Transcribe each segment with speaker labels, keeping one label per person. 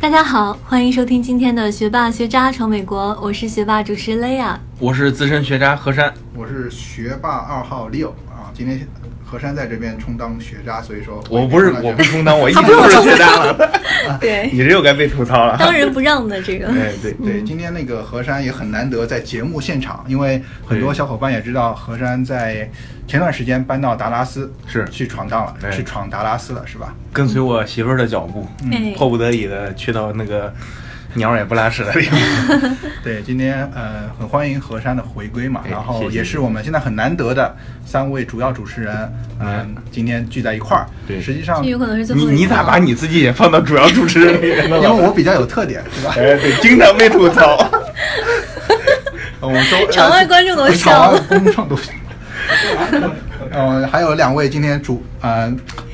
Speaker 1: 大家好，欢迎收听今天的《学霸学渣闯美国》，我是学霸主持 Lea。
Speaker 2: 我是资深学渣何山，
Speaker 3: 我是学霸二号 Leo 啊，今天何山在这边充当学渣，所以说
Speaker 2: 我不是
Speaker 3: 也充
Speaker 2: 我不
Speaker 3: 当学
Speaker 2: 充当，我一直都是学渣了，
Speaker 1: 对，
Speaker 2: 你这又该被吐槽了。
Speaker 1: 当仁不让的这个，
Speaker 2: 哎， 对
Speaker 3: 渣。对，今天那个何山也很难得在节目现场，因为很多
Speaker 2: 对
Speaker 3: 小伙伴也知道何山在前段时间搬到达拉斯，
Speaker 2: 是
Speaker 3: 去闯荡了，
Speaker 2: 哎
Speaker 3: 去闯达拉斯了，是吧？
Speaker 2: 跟随我媳妇儿的脚步，
Speaker 1: 哎
Speaker 2: 迫不得已的去到那个鸟儿也不拉屎的地
Speaker 1: 嗯
Speaker 2: 方。
Speaker 3: 对，今天呃很欢迎何山的回归嘛，
Speaker 2: 哎
Speaker 3: 然后
Speaker 2: 谢谢
Speaker 3: 也是我们现在很难得的三位主要主持人，嗯
Speaker 2: 嗯，
Speaker 3: 今天聚在一块儿。
Speaker 2: 对
Speaker 3: 实际上
Speaker 1: 这有
Speaker 3: 因
Speaker 1: 可能是最后
Speaker 2: 你
Speaker 1: 一个
Speaker 2: 你咋把你自己也放到主要主持人里面
Speaker 3: 为
Speaker 2: 了？
Speaker 3: 我比较有特点，是吧？
Speaker 2: 哎，对，经常被吐槽。
Speaker 3: 我们都 呃
Speaker 1: 场外观众都笑
Speaker 3: 场外
Speaker 1: 了
Speaker 3: 观众都笑。 呃，还有两位今天主呃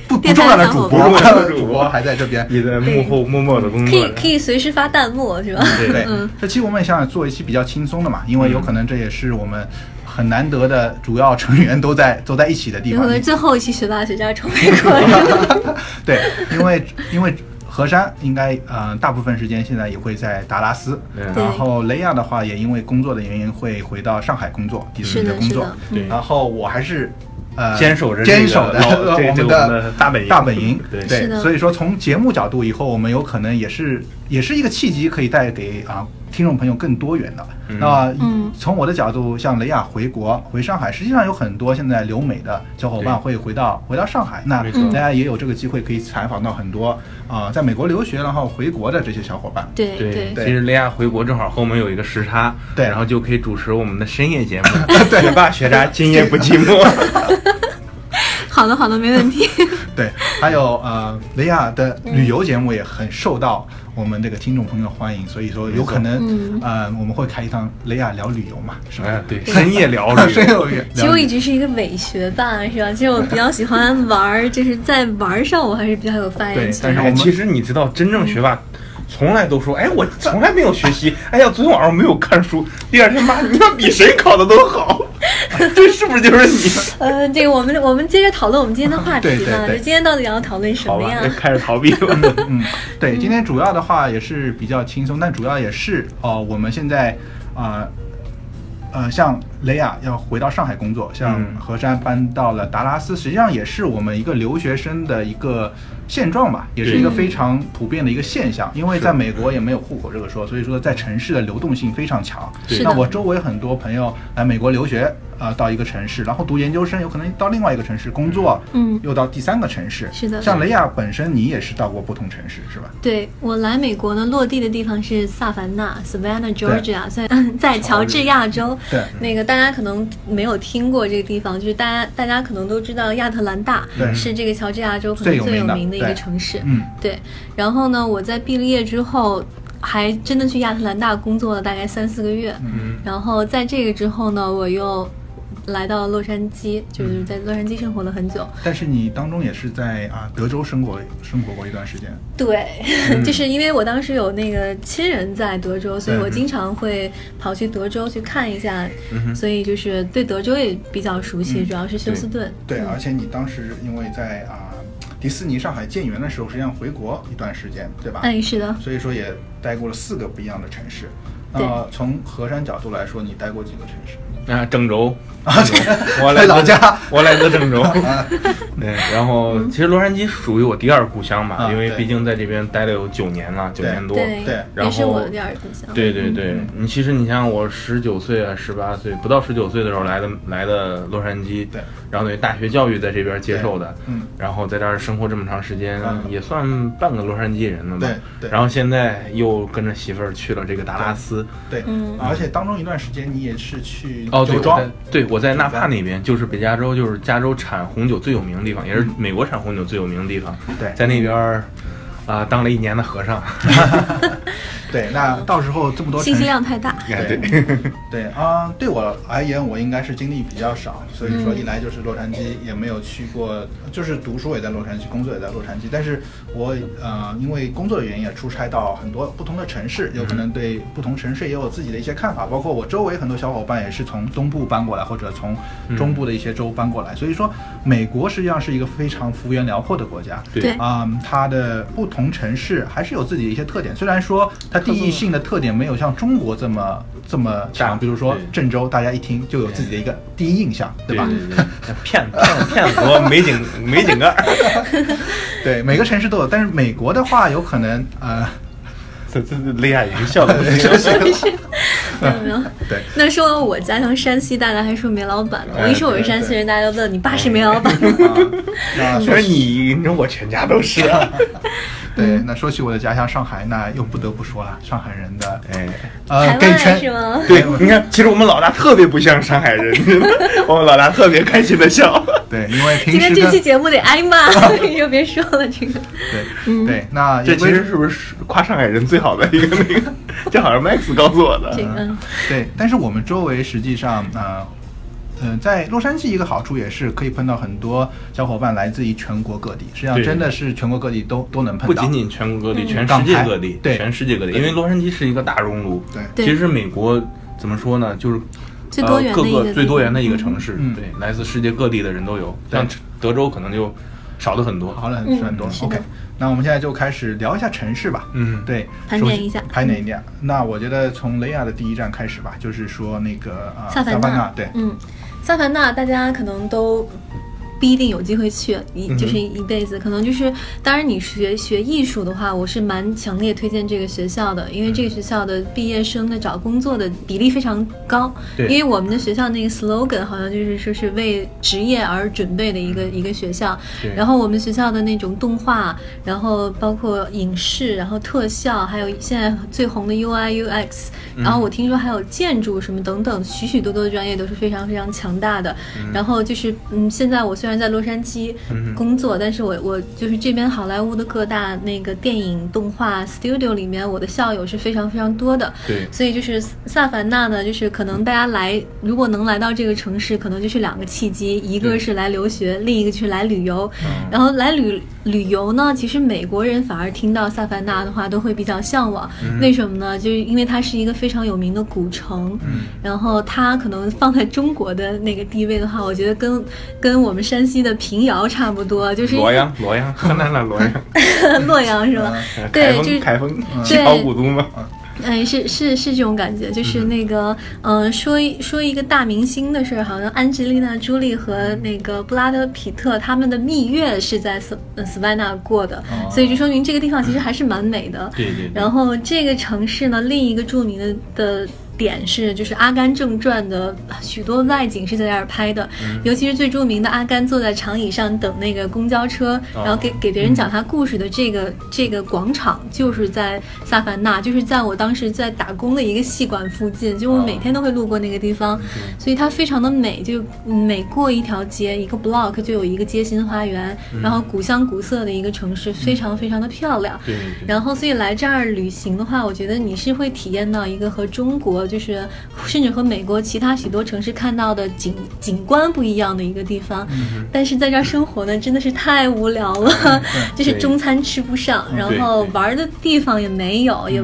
Speaker 3: 不不
Speaker 1: 电
Speaker 3: 重
Speaker 1: 台
Speaker 3: 要的
Speaker 1: 小
Speaker 3: 主
Speaker 1: 伙
Speaker 3: 播
Speaker 2: 伴不重要的，
Speaker 3: 主
Speaker 2: 主
Speaker 3: 播
Speaker 2: 播
Speaker 3: 还在这边。
Speaker 2: 你在幕后默默的工
Speaker 1: 可
Speaker 2: 作
Speaker 1: 以
Speaker 2: 着。
Speaker 1: 可以随时发弹幕是吧？
Speaker 3: 对
Speaker 1: 嗯，
Speaker 3: 这期我们想做一期比较轻松的嘛，因为有可能这也是我们很难得的主要成员都在都在一起的地
Speaker 1: 有
Speaker 3: 方
Speaker 1: 可。能是最后一期学霸学渣闯美 国，
Speaker 3: 对，因为因为何山应该呃大部分时间现在也会在达拉斯，
Speaker 2: 对
Speaker 3: 然后雷亚的话也因为工作的原因会回到上海工作，迪士尼
Speaker 1: 是的
Speaker 3: 工作
Speaker 1: 是的。
Speaker 2: 嗯
Speaker 3: 然后我还是。呃，
Speaker 2: 坚守着这个
Speaker 3: 坚守的
Speaker 2: 老
Speaker 3: 我
Speaker 2: 这这
Speaker 3: 们
Speaker 2: 个我们的大本营
Speaker 3: 大本营，
Speaker 2: 对
Speaker 1: 是的
Speaker 3: 所以说从节目角度，以后我们有可能也是也是一个契机，可以带给啊听众朋友更多元的。
Speaker 2: 嗯
Speaker 3: 那
Speaker 1: 嗯
Speaker 3: 从我的角度，像雷亚回国回上海，实际上有很多现在留美的小伙伴
Speaker 2: 对
Speaker 3: 会回到回到上海，那
Speaker 2: 没错
Speaker 3: 大家也有这个机会可以采访到很多啊、在美国留学然后回国的这些小伙伴。
Speaker 1: 对
Speaker 2: 对，
Speaker 3: 对
Speaker 2: 其实雷亚回国正好和我们有一个时差，
Speaker 3: 对
Speaker 2: 然后就可以主持我们的深夜节目。 学霸学渣，今夜不寂寞。
Speaker 1: 好的好的，没问题。
Speaker 3: 对，还有呃，雷亚的旅游节目也很受到我们这个听众朋友欢迎，所以说有可能
Speaker 1: 嗯
Speaker 3: 呃，我们会开一趟雷亚聊旅游嘛，是吧？
Speaker 2: 哎，对， 深夜聊旅 游
Speaker 3: 深有聊
Speaker 1: 其实我一直是一个伪学霸，是吧？其实我比较喜欢玩儿，就是在玩儿上我还是比较有发言
Speaker 3: 对
Speaker 1: 权。
Speaker 3: 但是我
Speaker 2: 哎，
Speaker 3: 们
Speaker 2: 其实你知道，真正学霸从来都说，哎，我从来没有学习，哎呀，昨天晚上我没有看书，第二天妈，你妈比谁考的都好， 这是不是就是你？
Speaker 1: 呃，这个我们我们接着讨论我们今天的话题吧。
Speaker 3: 对对对
Speaker 1: 就今天到底要讨论什
Speaker 2: 好
Speaker 1: 么
Speaker 2: 吧哎
Speaker 1: 呀？，
Speaker 2: 开始逃避了。
Speaker 3: 嗯，对，今天主要的话也是比较轻松，但主要也是哦、我们现在啊呃像雷亚要回到上海工作，像
Speaker 2: 嗯
Speaker 3: 何山搬到了达拉斯，实际上也是我们一个留学生的一个现状吧，也是一个
Speaker 1: 对
Speaker 3: 非常普遍的一个现象。因为在美国也没有户口这个说，所以说在城市的流动性非常强。
Speaker 1: 对是的
Speaker 3: 那我周围很多朋友来美国留学啊、呃到一个城市，然后读研究生，有可能到另外一个城市工作，
Speaker 1: 嗯
Speaker 3: 又到第三个城市。
Speaker 1: 是的
Speaker 3: 像雷亚本身你也是到过不同城市是吧？
Speaker 1: 对我来美国呢，落地的地方是萨凡纳 （Savannah, Georgia），在在乔治亚州。
Speaker 3: 对
Speaker 1: 那个大家可能没有听过这个地方，就是大家大家可能都知道亚特兰大
Speaker 3: 对
Speaker 1: 是这个乔治亚州可
Speaker 3: 最
Speaker 1: 能
Speaker 3: 有
Speaker 1: 最有
Speaker 3: 名的
Speaker 1: 名的一个
Speaker 3: 对
Speaker 1: 城市。
Speaker 3: 嗯，
Speaker 1: 对，然后呢，我在毕了业之后，还真的去亚特兰大工作了大概三四个月。
Speaker 2: 嗯
Speaker 1: 然后在这个之后呢，我又来到了洛杉矶，就是在洛杉矶生活了很久。
Speaker 3: 但是你当中也是在啊德州生活生活过一段时间，
Speaker 1: 对，
Speaker 2: 嗯
Speaker 1: 就是因为我当时有那个亲人在德州，所以
Speaker 2: 嗯
Speaker 1: 我经常会跑去德州去看一下，所以就是对德州也比较熟
Speaker 2: 嗯
Speaker 1: 悉，主要是休斯顿。嗯
Speaker 3: 对，
Speaker 2: 啊
Speaker 3: 而且你当时因为在啊迪士尼上海建园的时候，实际上回国一段时间，对吧？
Speaker 1: 哎，是的，
Speaker 3: 所以说也待过了四个不一样的城市。那
Speaker 1: 对
Speaker 3: 么从河山角度来说，你待过几个城市？
Speaker 2: 啊，郑州，哎啊我来自
Speaker 3: 老家，
Speaker 2: 我来自郑州。 对，然后其实洛杉矶属于我第二故乡吧，
Speaker 3: 啊
Speaker 2: 因为
Speaker 3: 对
Speaker 2: 毕竟在这边待了有九年了，九
Speaker 3: 对
Speaker 2: 年多。
Speaker 1: 对，
Speaker 3: 对
Speaker 2: 然
Speaker 1: 也是
Speaker 2: 后
Speaker 1: 我的第二故
Speaker 3: 嗯
Speaker 1: 乡。
Speaker 2: 对对对，你其实你像我十九岁啊，十八岁不到十九岁的时候来的来的洛杉矶，
Speaker 3: 对，
Speaker 2: 然后等于大学教育在这边接受的，
Speaker 3: 嗯，
Speaker 2: 然后在这儿生活这么长时间，
Speaker 3: 嗯
Speaker 2: 也算半个洛杉矶人了吧。
Speaker 3: 对对
Speaker 2: 嗯然后现在又跟着媳妇儿去了这个达拉斯。
Speaker 3: 对，
Speaker 1: 嗯
Speaker 3: 而且当中一段时间你也是去
Speaker 2: 哦，对，
Speaker 3: 酒
Speaker 2: 我在
Speaker 3: 庄，
Speaker 2: 对我在纳
Speaker 3: 酒
Speaker 2: 帕
Speaker 3: 庄
Speaker 2: 那边，就是北加州，就是加州产红酒最有名的地方，也是美国产红酒最有名的地方。
Speaker 3: 嗯对
Speaker 2: 在那边儿啊、当了一年的和尚。
Speaker 3: 对，那到时候这么多
Speaker 1: 信息
Speaker 3: 城市
Speaker 1: 量太大。
Speaker 2: 哎对，
Speaker 3: 对啊、对我而言，我应该是经历比较少，所以说一来就是洛杉矶也没有去过，就是读书也在洛杉矶，工作也在洛杉矶。但是我呃，因为工作的原因也出差到很多不同的城市，有可能对不同城市也有自己的一些看法，包括我周围很多小伙伴也是从东部搬过来，或者从中部的一些州搬过来。所以说，美国实际上是一个非常幅员辽阔的国家。
Speaker 2: 对
Speaker 1: 对
Speaker 3: 啊、它的不同城市还是有自己的一些特点，虽然说它地域性的特点没有像中国这么这么
Speaker 2: 大
Speaker 3: 强，比如说
Speaker 2: 对
Speaker 3: 郑州，大家一听就有自己的一个第一印象，对吧？
Speaker 2: 骗骗骗我美景美井盖，
Speaker 3: 对，每个城市都有，但是美国的话，有可能呃，
Speaker 2: 这这这雷亚已经笑了，
Speaker 1: 没有没有。
Speaker 3: 对，
Speaker 1: 那说完我家乡山西，大家还说煤老板呢。
Speaker 2: 哎哦
Speaker 1: 我一说我是山西人，大家都问你爸是煤老板 吗？
Speaker 3: 啊，那
Speaker 2: 你
Speaker 3: 说
Speaker 2: 说 你，你说我全家都是，啊
Speaker 3: 对，那说起我的家乡上海，那又不得不说了，上海人的
Speaker 2: 哎。
Speaker 3: 呃，
Speaker 1: 台
Speaker 3: 给
Speaker 1: 湾人
Speaker 3: 全
Speaker 1: 是吗？
Speaker 2: 对，你看，其实我们老大特别不像上海 人，真的我们老大特别开心的笑。
Speaker 3: 对，因为
Speaker 1: 今
Speaker 3: 平时
Speaker 1: 天
Speaker 3: 跟
Speaker 1: 这期节目得挨 骂， 你就别说了这个。嗯
Speaker 3: 对对，那
Speaker 2: 这
Speaker 3: 也
Speaker 2: 其
Speaker 3: 不是
Speaker 2: 实是不是夸上海人最好的一个 那个？这好像 Max 告诉我的。
Speaker 1: 这个嗯
Speaker 3: 对，但是我们周围实际上，呃，呃，在洛杉矶一个好处也是可以碰到很多小伙伴来自于全国各地，实际上
Speaker 2: 对
Speaker 3: 真的是全国各地都都能碰
Speaker 2: 不
Speaker 3: 到。
Speaker 2: 仅仅全国各地，全
Speaker 3: 港
Speaker 2: 世界
Speaker 3: 台
Speaker 2: 各地，
Speaker 3: 对
Speaker 2: 全世界各地，因为洛杉矶是一个大熔炉。
Speaker 3: 对
Speaker 1: 对
Speaker 2: 其实美国怎么说呢，就是
Speaker 1: 最多元
Speaker 2: 呃
Speaker 1: 的
Speaker 2: 各
Speaker 1: 一个
Speaker 2: 个
Speaker 1: 地
Speaker 2: 最多元
Speaker 1: 方
Speaker 2: 的一个城市，
Speaker 3: 嗯
Speaker 2: 对，来自世界各地的人都有。
Speaker 3: 对
Speaker 2: 像德州可能就少的很多。
Speaker 3: 好了，很
Speaker 1: 嗯
Speaker 3: 很多了。
Speaker 1: 是的
Speaker 3: OK，那我们现在就开始聊一下城市吧。
Speaker 2: 嗯
Speaker 3: 对，
Speaker 1: 盘
Speaker 3: 首
Speaker 1: 点
Speaker 3: 先
Speaker 1: 一下
Speaker 3: 盘点一下。那我觉得从雷亚的第一站开始吧，就是说那个呃，
Speaker 1: 萨
Speaker 3: 凡
Speaker 1: 凡纳，
Speaker 3: 对，
Speaker 1: 嗯，萨凡纳大家可能都不一定有机会去，一
Speaker 2: 嗯哼
Speaker 1: 就是一辈子，可能就是，当然你学学艺术的话，我是蛮强烈推荐这个学校的，因为这个学校的毕业生的找工作的比例非常高，
Speaker 2: 对
Speaker 1: 因为我们的学校那个 slogan 好像就是说是为职业而准备的一个一个学校，
Speaker 2: 对
Speaker 1: 然后我们学校的那种动画，然后包括影视，然后特效，还有现在最红的 UI UX，然后我听说还有建筑什么等等，许许多多的专业都是非常非常强大的。然后就是，嗯，现在我虽然在洛杉矶
Speaker 2: 嗯
Speaker 1: 工作，但是我我就是这边好莱坞的各大那个电影动画 studio 里面，我的校友是非常非常多的。
Speaker 2: 对
Speaker 1: 所以就是萨凡纳呢，就是可能大家来，如果能来到这个城市，可能就是两个契机，一个是来留学，另一个就是来旅游。
Speaker 2: 嗯
Speaker 1: 然后来旅旅游呢，其实美国人反而听到萨凡纳的话都会比较向往，
Speaker 2: 嗯
Speaker 1: 为什么呢？就是因为它是一个非常有名的古城，
Speaker 2: 嗯
Speaker 1: 然后它可能放在中国的那个地位的话，我觉得跟跟我们山西的平遥差不多，就是
Speaker 2: 洛阳，洛 阳，河南的洛阳，
Speaker 1: 洛阳是吧？对
Speaker 2: 呃开，
Speaker 1: 就是
Speaker 2: 封，开嗯封，七
Speaker 1: 对
Speaker 2: 宝古都嘛。
Speaker 1: 哎，是是是这种感觉，就是那个，嗯、说一说一个大明星的事儿，好像安吉丽娜·朱莉和那个布拉德·皮特他们的蜜月是在斯呃斯班纳过的，
Speaker 3: 哦
Speaker 1: 所以就说明这个地方其实还是蛮美的。
Speaker 2: 对对对
Speaker 1: 然后这个城市呢，另一个著名的的点是，就是《阿甘正传》的许多外景是在这儿拍的，
Speaker 2: 嗯
Speaker 1: 尤其是最著名的阿甘坐在长椅上等那个公交车，
Speaker 2: 哦
Speaker 1: 然后给给别人讲他故事的这个、这个广场，就是在萨凡纳，就是在我当时在打工的一个戏馆附近，就我每天都会路过那个地方，
Speaker 2: 哦
Speaker 1: 所以它非常的美，就每过一条街一个 block 就有一个街心花园，
Speaker 2: 嗯
Speaker 1: 然后古香古色的一个城市，非常非常的漂亮。
Speaker 2: 对对对，
Speaker 1: 然后，所以来这儿旅行的话，我觉得你是会体验到一个和中国，就是甚至和美国其他许多城市看到的景景观不一样的一个地方。但是在这儿生活呢，真的是太无聊了， 就是中餐吃不上，然
Speaker 2: 对
Speaker 1: 后
Speaker 2: 对
Speaker 1: 玩儿的地方也没有，也。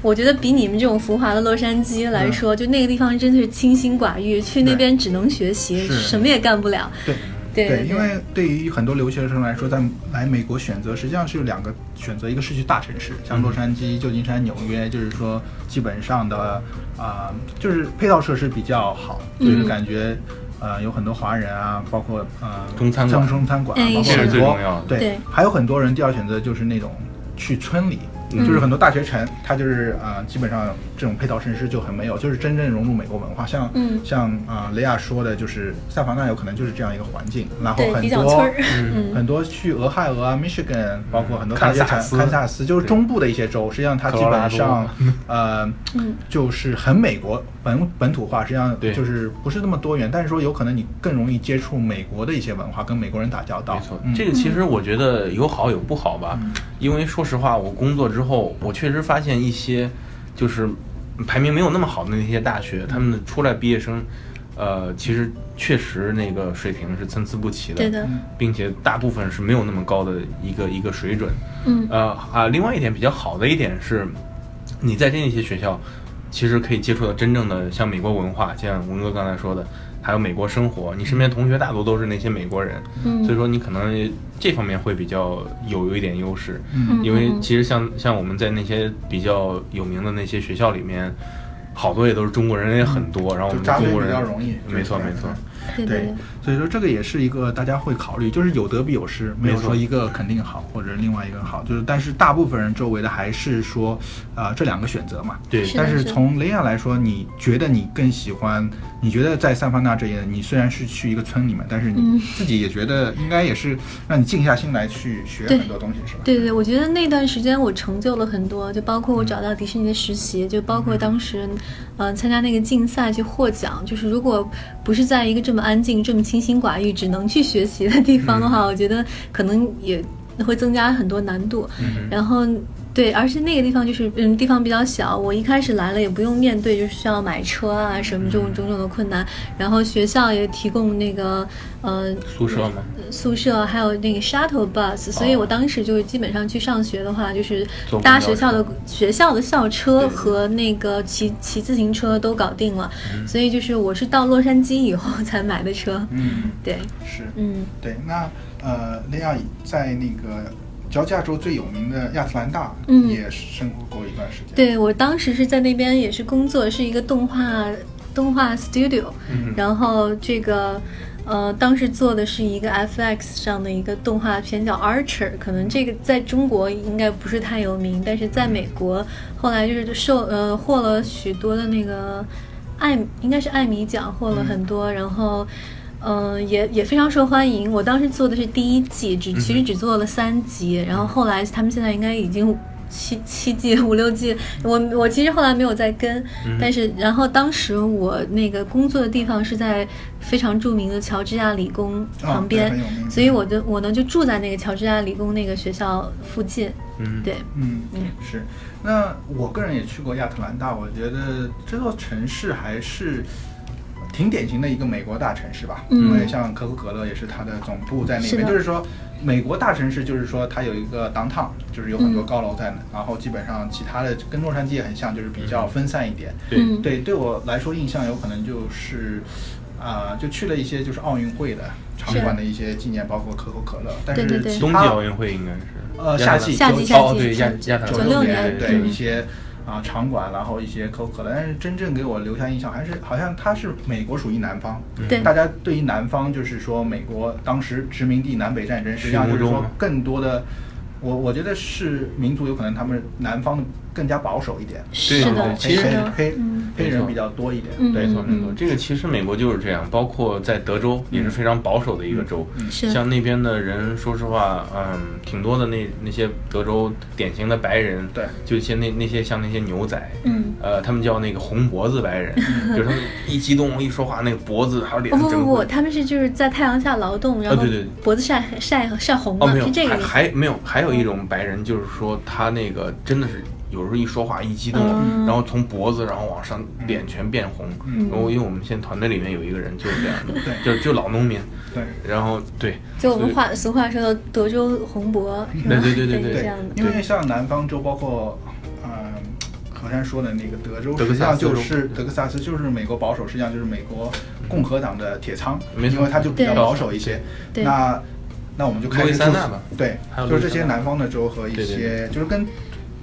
Speaker 1: 我觉得比你们这种浮华的洛杉矶来说，就那个地方真的是清心寡欲，去那
Speaker 3: 对
Speaker 1: 边只能学习，
Speaker 3: 是
Speaker 1: 什么也干不了。
Speaker 3: 对。
Speaker 1: 对
Speaker 3: 对，因为对于很多留学生来说，在来美国选择实际上是有两个选择，一个是去大城市，像洛杉
Speaker 1: 嗯
Speaker 3: 矶、旧金山、纽约，就是说基本上的啊、就是配套设施比较好，
Speaker 1: 嗯
Speaker 3: 就是感觉。呃，有很多华人啊，包括呃
Speaker 2: 中餐馆
Speaker 3: 像中餐馆啊，
Speaker 1: 哎
Speaker 3: 包括
Speaker 1: 是
Speaker 3: 很
Speaker 2: 最
Speaker 3: 多
Speaker 2: 重要的
Speaker 1: 对
Speaker 3: 还有很多人第二选择就是那种去村里，
Speaker 2: 嗯
Speaker 3: 就是很多大学城，它就是啊、呃基本上这种配套设施就很没有，就是真正融入美国文化。像、
Speaker 1: 嗯
Speaker 3: 像啊、呃雷亚说的，就是萨凡纳有可能就是这样一个环境，然后
Speaker 1: 对，
Speaker 3: 很
Speaker 1: 比较村
Speaker 3: 多
Speaker 1: 儿。嗯，
Speaker 3: 很多去俄亥俄啊、Michigan，包括很多
Speaker 2: 嗯堪
Speaker 3: 大学城
Speaker 2: 萨斯
Speaker 3: 堪萨斯就是中部的一些州，实际上它基本上
Speaker 2: 科罗拉
Speaker 3: 呃
Speaker 1: 嗯，
Speaker 3: 就是很美国本本土化，实际上
Speaker 2: 对
Speaker 3: 就是不是那么多元，但是说有可能你更容易接触美国的一些文化，跟美国人打交道。
Speaker 2: 没错，嗯
Speaker 3: 嗯、
Speaker 2: 这个其实我觉得有好有不好吧，因为说实话，我工作之后，我确实发现一些就是排名没有那么好的那些大学，他们的出来毕业生，呃，其实确实那个水平是参差不齐的，
Speaker 1: 嗯对的，
Speaker 2: 并且大部分是没有那么高的一个一个水准。
Speaker 1: 嗯
Speaker 2: 呃啊，另外一点比较好的一点是，你在这些学校，其实可以接触到真正的像美国文化，像文哥刚才说的，还有美国生活。你身边同学大多都是那些美国人，
Speaker 1: 嗯
Speaker 2: 所以说你可能这方面会比较有有一点优势。
Speaker 1: 嗯
Speaker 2: 因为
Speaker 1: 嗯
Speaker 2: 其实像像我们在那些比较有名的那些学校里面，好多也都是中国人也
Speaker 1: 嗯
Speaker 2: 很多，然后我
Speaker 3: 就
Speaker 2: 们
Speaker 3: 扎
Speaker 2: 中
Speaker 3: 堆
Speaker 2: 国
Speaker 3: 比
Speaker 2: 人
Speaker 3: 较容易，
Speaker 2: 没错
Speaker 3: 就是嗯
Speaker 2: 没错，
Speaker 1: 对对对，
Speaker 3: 所以说这个也是一个大家会考虑，就是有得必有失，没有
Speaker 2: 没错
Speaker 3: 说一个肯定好或者另外一个好，就是但是大部分人周围的还是说，呃，这两个选择嘛。
Speaker 2: 对
Speaker 1: 是的
Speaker 3: 但是从雷亚来说，你觉得你更喜欢？你觉得在三藩那这一，你虽然是去一个村里面，但是
Speaker 1: 嗯
Speaker 3: 你自己也觉得应该也是让你静下心来去学
Speaker 1: 对
Speaker 3: 很多东西，是吧？
Speaker 1: 对对，我觉得那段时间我成就了很多，就包括我找到迪士尼的实习，就包括当时，嗯、参加那个竞赛去获奖。就是如果不是在一个这么安静、这么清心寡欲、只能去学习的地方的话，我觉得可能也会增加很多难度。然后。对，而且那个地方就是，嗯，地方比较小。我一开始来了也不用面对，就是需要买车啊什么这种种种的困难。然后学校也提供那个，呃，
Speaker 2: 宿舍嘛，
Speaker 1: 宿舍还有那个 shuttle bus，所以
Speaker 2: 哦
Speaker 1: 我当时就是基本上去上学的话，就是
Speaker 2: 坐公
Speaker 1: 搭
Speaker 2: 交
Speaker 1: 学校的
Speaker 2: 车
Speaker 1: 学校的校
Speaker 2: 对
Speaker 1: 车
Speaker 2: 对
Speaker 1: 和那个骑骑自行车都搞定了，
Speaker 2: 嗯
Speaker 1: 所以就是我是到洛杉矶以后才买的车，
Speaker 3: 嗯，
Speaker 1: 对，
Speaker 3: 是。
Speaker 1: 嗯，
Speaker 3: 对，那呃，雷亚在那个乔治亚州最有名的亚特兰大，
Speaker 1: 嗯
Speaker 3: 也生活过一段时间。，
Speaker 1: 对我当时是在那边也是工作，是一个动画动画 studio，、
Speaker 2: 嗯
Speaker 1: 然后这个。呃，当时做的是一个 FX 上的一个动画片，叫《Archer》，可能
Speaker 3: 嗯
Speaker 1: 这个在中国应该不是太有名，但是在美国后来就是受呃获了许多的那个艾，应该是艾米奖获
Speaker 3: 嗯
Speaker 1: 了很多，然后。嗯、也也非常受欢迎。我当时做的是第一季，
Speaker 3: 嗯
Speaker 1: 只其实只做了三集，然后后来他们现在应该已经七七季五六季。我我其实后来没有再跟，
Speaker 3: 嗯
Speaker 1: 但是然后当时我那个工作的地方是在非常著名的乔治亚理工旁边，
Speaker 3: 哦对很有名
Speaker 1: 所以我就我呢就住在那个乔治亚理工那个学校附近。
Speaker 2: 嗯，
Speaker 1: 对，
Speaker 3: 嗯
Speaker 1: 嗯，
Speaker 3: 是。那我个人也去过亚特兰大，我觉得这座城市还是挺典型的一个美国大城市吧，
Speaker 1: 嗯
Speaker 3: 因为像可口可乐也是它的总部在那
Speaker 1: 是
Speaker 3: 边，
Speaker 1: 的
Speaker 3: 就是说。美国大城市就是说，它有一个 downtown，就是有
Speaker 1: 嗯
Speaker 3: 很多高楼在那，然后基本上其他的跟洛杉矶也很像，就是比
Speaker 2: 嗯
Speaker 3: 较分散一点。
Speaker 2: 对
Speaker 1: 嗯
Speaker 3: 对，对我来说印象有可能就是，啊、就去了一些就是奥运会的场馆的一些纪念，包括可口可乐。但是
Speaker 1: 对对对
Speaker 3: 其
Speaker 2: 冬季
Speaker 3: 他
Speaker 2: 奥运会应该是
Speaker 3: 呃
Speaker 2: 亚特兰
Speaker 3: 夏季
Speaker 1: 夏季
Speaker 3: 就
Speaker 1: 夏季
Speaker 2: 哦对亚亚特兰大
Speaker 3: 九
Speaker 1: 九六年
Speaker 3: 对
Speaker 1: 嗯
Speaker 3: 一些啊场馆，然后一些可口可乐，但是真正给我留下印象还是好像它是美国属于南方，
Speaker 1: 对
Speaker 3: 大家对于南方就是说美国当时殖民地南北战争，实际上就是
Speaker 2: 始末
Speaker 3: 说
Speaker 2: 中
Speaker 3: 更多的，我我觉得是民族有可能他们南方的更加保守一点，
Speaker 1: 是
Speaker 2: 对
Speaker 1: 的，
Speaker 2: 对
Speaker 1: 是
Speaker 3: 黑黑
Speaker 1: 的，
Speaker 3: 黑
Speaker 1: 嗯
Speaker 3: 黑
Speaker 2: 没
Speaker 3: 人
Speaker 2: 错
Speaker 3: 比较多一点，
Speaker 1: 嗯
Speaker 2: 没错，
Speaker 1: 嗯
Speaker 2: 没错
Speaker 1: 嗯，
Speaker 2: 这个其实美国就是这样，包括在德州也是非常保守的一个州。
Speaker 1: 嗯是
Speaker 2: 像那边的人，说实话，嗯，挺多的那那些德州典型的白人，
Speaker 3: 对，
Speaker 2: 就一些那那些像那些牛仔，
Speaker 1: 嗯。
Speaker 2: 呃，他们叫那个红脖子 白人，就是他们一激动一说话，那个脖子还有脸
Speaker 1: 哦不
Speaker 2: 整
Speaker 1: 不
Speaker 2: 个
Speaker 1: 不，。他们是就是在太阳下劳动，然后
Speaker 2: 啊对对对
Speaker 1: 脖子晒晒晒红
Speaker 2: 哦，
Speaker 1: 了，
Speaker 2: 没有
Speaker 1: 是，这个意
Speaker 2: 还
Speaker 1: 思。
Speaker 2: 还没有，还有一种白人，就是说他那个真的是有时候一说话一激动，
Speaker 1: 嗯
Speaker 2: 然后从脖子然后往上，脸全变红。
Speaker 3: 嗯
Speaker 2: 然后因为我们现在团队里面有一个人就是这样 的，
Speaker 3: 对
Speaker 2: 就就老农民，
Speaker 3: 对。
Speaker 2: 然后对，
Speaker 1: 就我
Speaker 2: 所
Speaker 1: 们
Speaker 2: 以
Speaker 1: 话俗话说的德州红脖，是吧？
Speaker 2: 对对对对对
Speaker 1: 这样的。
Speaker 3: 因为像南方州，包括嗯、好像说的那个德州，
Speaker 2: 德克
Speaker 3: 实际
Speaker 2: 萨
Speaker 3: 上
Speaker 2: 斯州
Speaker 3: 就是德克萨斯就是美国保守，实际上就是美国共和党的铁仓，
Speaker 2: 没错
Speaker 3: 因为它就比较
Speaker 1: 对
Speaker 3: 保守一些。
Speaker 1: 对
Speaker 3: 那那我们就开
Speaker 2: 路易
Speaker 3: 始
Speaker 2: 斯安那吧
Speaker 3: 对
Speaker 2: 还，有
Speaker 3: 就
Speaker 2: 路易
Speaker 3: 是
Speaker 2: 斯
Speaker 3: 这
Speaker 2: 安
Speaker 3: 些
Speaker 2: 那
Speaker 3: 南方的州和一
Speaker 2: 对对
Speaker 3: 些就是跟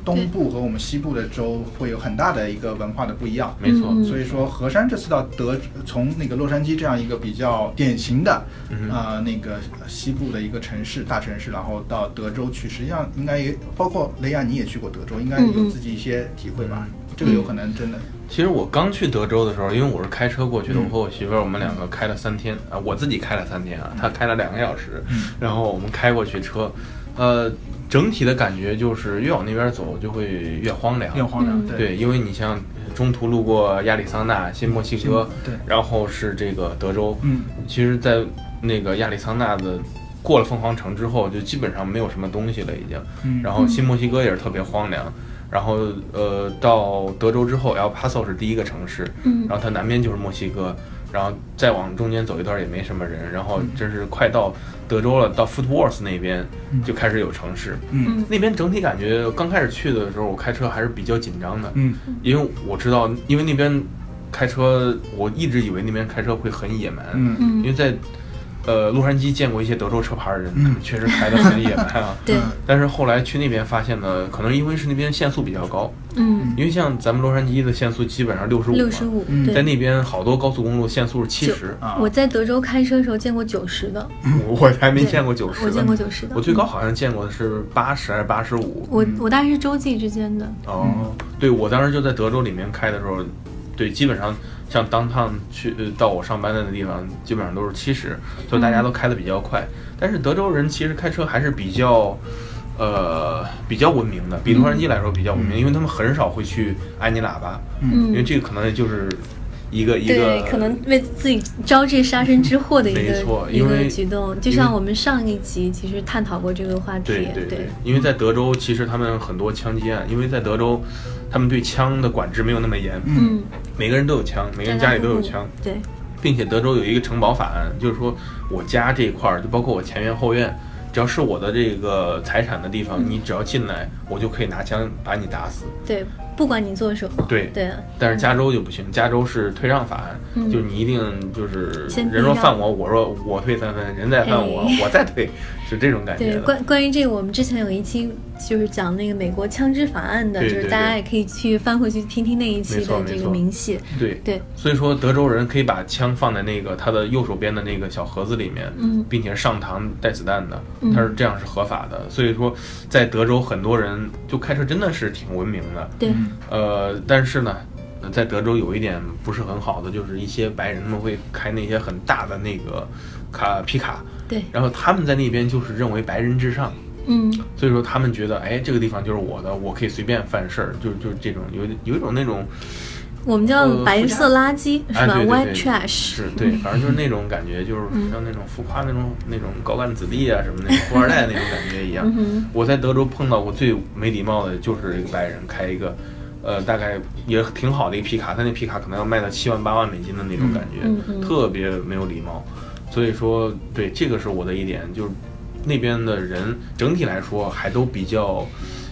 Speaker 3: 东部和我们西部的州会有很大的一个文化的不一样。
Speaker 2: 没错，
Speaker 1: 嗯
Speaker 3: 呃所以说，河山这次到德，从那个洛杉矶这样一个比较典型的，
Speaker 2: 嗯
Speaker 3: 呃，那个西部的一个城市大城市，然后到德州去，实际上应该也包括雷亚，你也去过德州，应该
Speaker 1: 嗯嗯
Speaker 3: 有自己一些体会
Speaker 2: 嗯
Speaker 3: 吧？这个有可能真的，
Speaker 2: 其实我刚去德州的时候，因为我是开车过去的，我和我媳妇儿我们两个开了三天啊，我自己开了三
Speaker 1: 嗯
Speaker 2: 天啊，她开了两个小时，然后我们开过去车，呃，整体的感觉就是越往那边走就会越荒凉，
Speaker 3: 变荒凉。
Speaker 1: 嗯
Speaker 2: 对，因为你像中途路过亚利桑那、新墨西哥，
Speaker 3: 对
Speaker 2: 然后是这个德州。
Speaker 3: 嗯，
Speaker 2: 其实，在那个亚利桑那的过了凤凰城之后，就基本上没有什么东西了，已经。
Speaker 3: 嗯
Speaker 2: 然后新墨西哥也是特别荒凉。然后，呃，到德州之后，El Paso 是第一个城市，
Speaker 1: 嗯
Speaker 2: 然后它南边就是墨西哥，然后再往中间走一段也没什么人，然后真是快到德州了，到 Footworth 那边就开始有城市，
Speaker 3: 嗯
Speaker 2: 那边整体感觉刚开始去的时候，我开车还是比较紧张的，
Speaker 3: 嗯
Speaker 2: 因为我知道，因为那边开车，我一直以为那边开车会很野蛮，
Speaker 3: 嗯
Speaker 1: 嗯
Speaker 2: 因为在呃洛杉矶见过一些德州车牌的人，他们确实开的很野蛮啊。
Speaker 1: 嗯 对，
Speaker 2: 但是后来去那边发现呢，可能因为是那边限速比较高，
Speaker 1: 嗯，
Speaker 2: 因为像咱们洛杉矶的限速基本上六十五，
Speaker 1: 六十五，
Speaker 3: 嗯
Speaker 2: 在
Speaker 1: 对。
Speaker 2: 那边好多高速公路限速是七十，
Speaker 3: 啊，
Speaker 1: 我在德州开车的时候见过九十的，
Speaker 2: 我我还没见过九十。
Speaker 1: 嗯我见过，九十的
Speaker 2: 我，最高好像见过的是八十还是八十五。
Speaker 1: 我我大概是洲际之间的，
Speaker 2: 哦，对，我当时就在德州里面开的时候，对，基本上像当趟去呃到我上班的那地方，基本上都是七十，所以大
Speaker 1: 嗯
Speaker 2: 家都开的比较快。但是德州人其实开车还是比较。呃，比较文明的，比洛杉
Speaker 1: 嗯
Speaker 2: 矶来说比较文明，因为他们很少会去按你喇叭，因为
Speaker 1: 嗯，
Speaker 2: 这个可能就是一个一个
Speaker 1: 对，可能为自己招致杀身之祸的一
Speaker 2: 没错
Speaker 1: 个一
Speaker 2: 因为
Speaker 1: 个举动，就像我们上一集其实探讨过这个话题，
Speaker 2: 对对，因为在德州，其实他们很多枪击案，因为在德州，他们对枪的管制没有那么严，
Speaker 1: 嗯，
Speaker 2: 每个人都有枪，每个人家里都有枪，
Speaker 1: 对，啊嗯
Speaker 2: 并且德州有一个城堡法案，就是说我家这一块儿，就包括我前院后院，只要是我的这个财产的地
Speaker 1: 嗯
Speaker 2: 方，你只要进来，我就可以拿枪把你打死。
Speaker 1: 对，不管你做什么，
Speaker 2: 对
Speaker 1: 对，啊
Speaker 2: 但是加州就不行，加州是退让法案，
Speaker 1: 嗯
Speaker 2: 就是你一定就是
Speaker 1: 先避
Speaker 2: 人若
Speaker 1: 让
Speaker 2: 犯我，我说我退三分，人再犯我，
Speaker 1: 哎
Speaker 2: 我再退，是这种感觉
Speaker 1: 对，
Speaker 2: 的。
Speaker 1: 关关于这个，我们之前有一期就是讲那个美国枪支法案的，
Speaker 2: 对
Speaker 1: 就是
Speaker 2: 对
Speaker 1: 大
Speaker 2: 对
Speaker 1: 家也可以去翻回去听听那一期
Speaker 2: 没错
Speaker 1: 的这
Speaker 2: 没
Speaker 1: 个
Speaker 2: 错
Speaker 1: 明细。
Speaker 2: 对
Speaker 1: 对，
Speaker 2: 所以说德州人可以把枪放在那个他的右手边的那个小盒子里面，
Speaker 1: 嗯
Speaker 2: 并且上膛带子弹的
Speaker 1: 嗯，
Speaker 2: 他是这样是合法的。所以说，在德州很多人就开车真的是挺文明的，
Speaker 1: 嗯对，
Speaker 3: 嗯
Speaker 2: 呃，但是呢，在德州有一点不是很好的，就是一些白人他们会开那些很大的那个卡皮卡，
Speaker 1: 对，
Speaker 2: 然后他们在那边就是认为白人至上，
Speaker 1: 嗯，
Speaker 2: 所以说他们觉得，哎，这个地方就是我的，我可以随便犯事儿，就就这种有有一种那种。
Speaker 1: 我们叫
Speaker 2: 呃
Speaker 1: 白
Speaker 2: 附加
Speaker 1: 色垃圾、
Speaker 2: 哎
Speaker 1: 是吧
Speaker 2: 对对
Speaker 1: ？White
Speaker 2: 对
Speaker 1: trash。嗯
Speaker 2: 是对，反正就是那种感觉，就是像那种浮夸那种那种高干子弟啊什么那种富二代那种感觉一
Speaker 1: 嗯
Speaker 2: 样。我在德州碰到过最没礼貌的就是一个白人开一个，呃，大概也挺好的一个皮卡，他那皮卡可能要卖到七万八万美金的那种感觉，
Speaker 1: 嗯嗯
Speaker 2: 特别没有礼貌。所以说，对这个是我的一点，就是那边的人整体来说还都比较，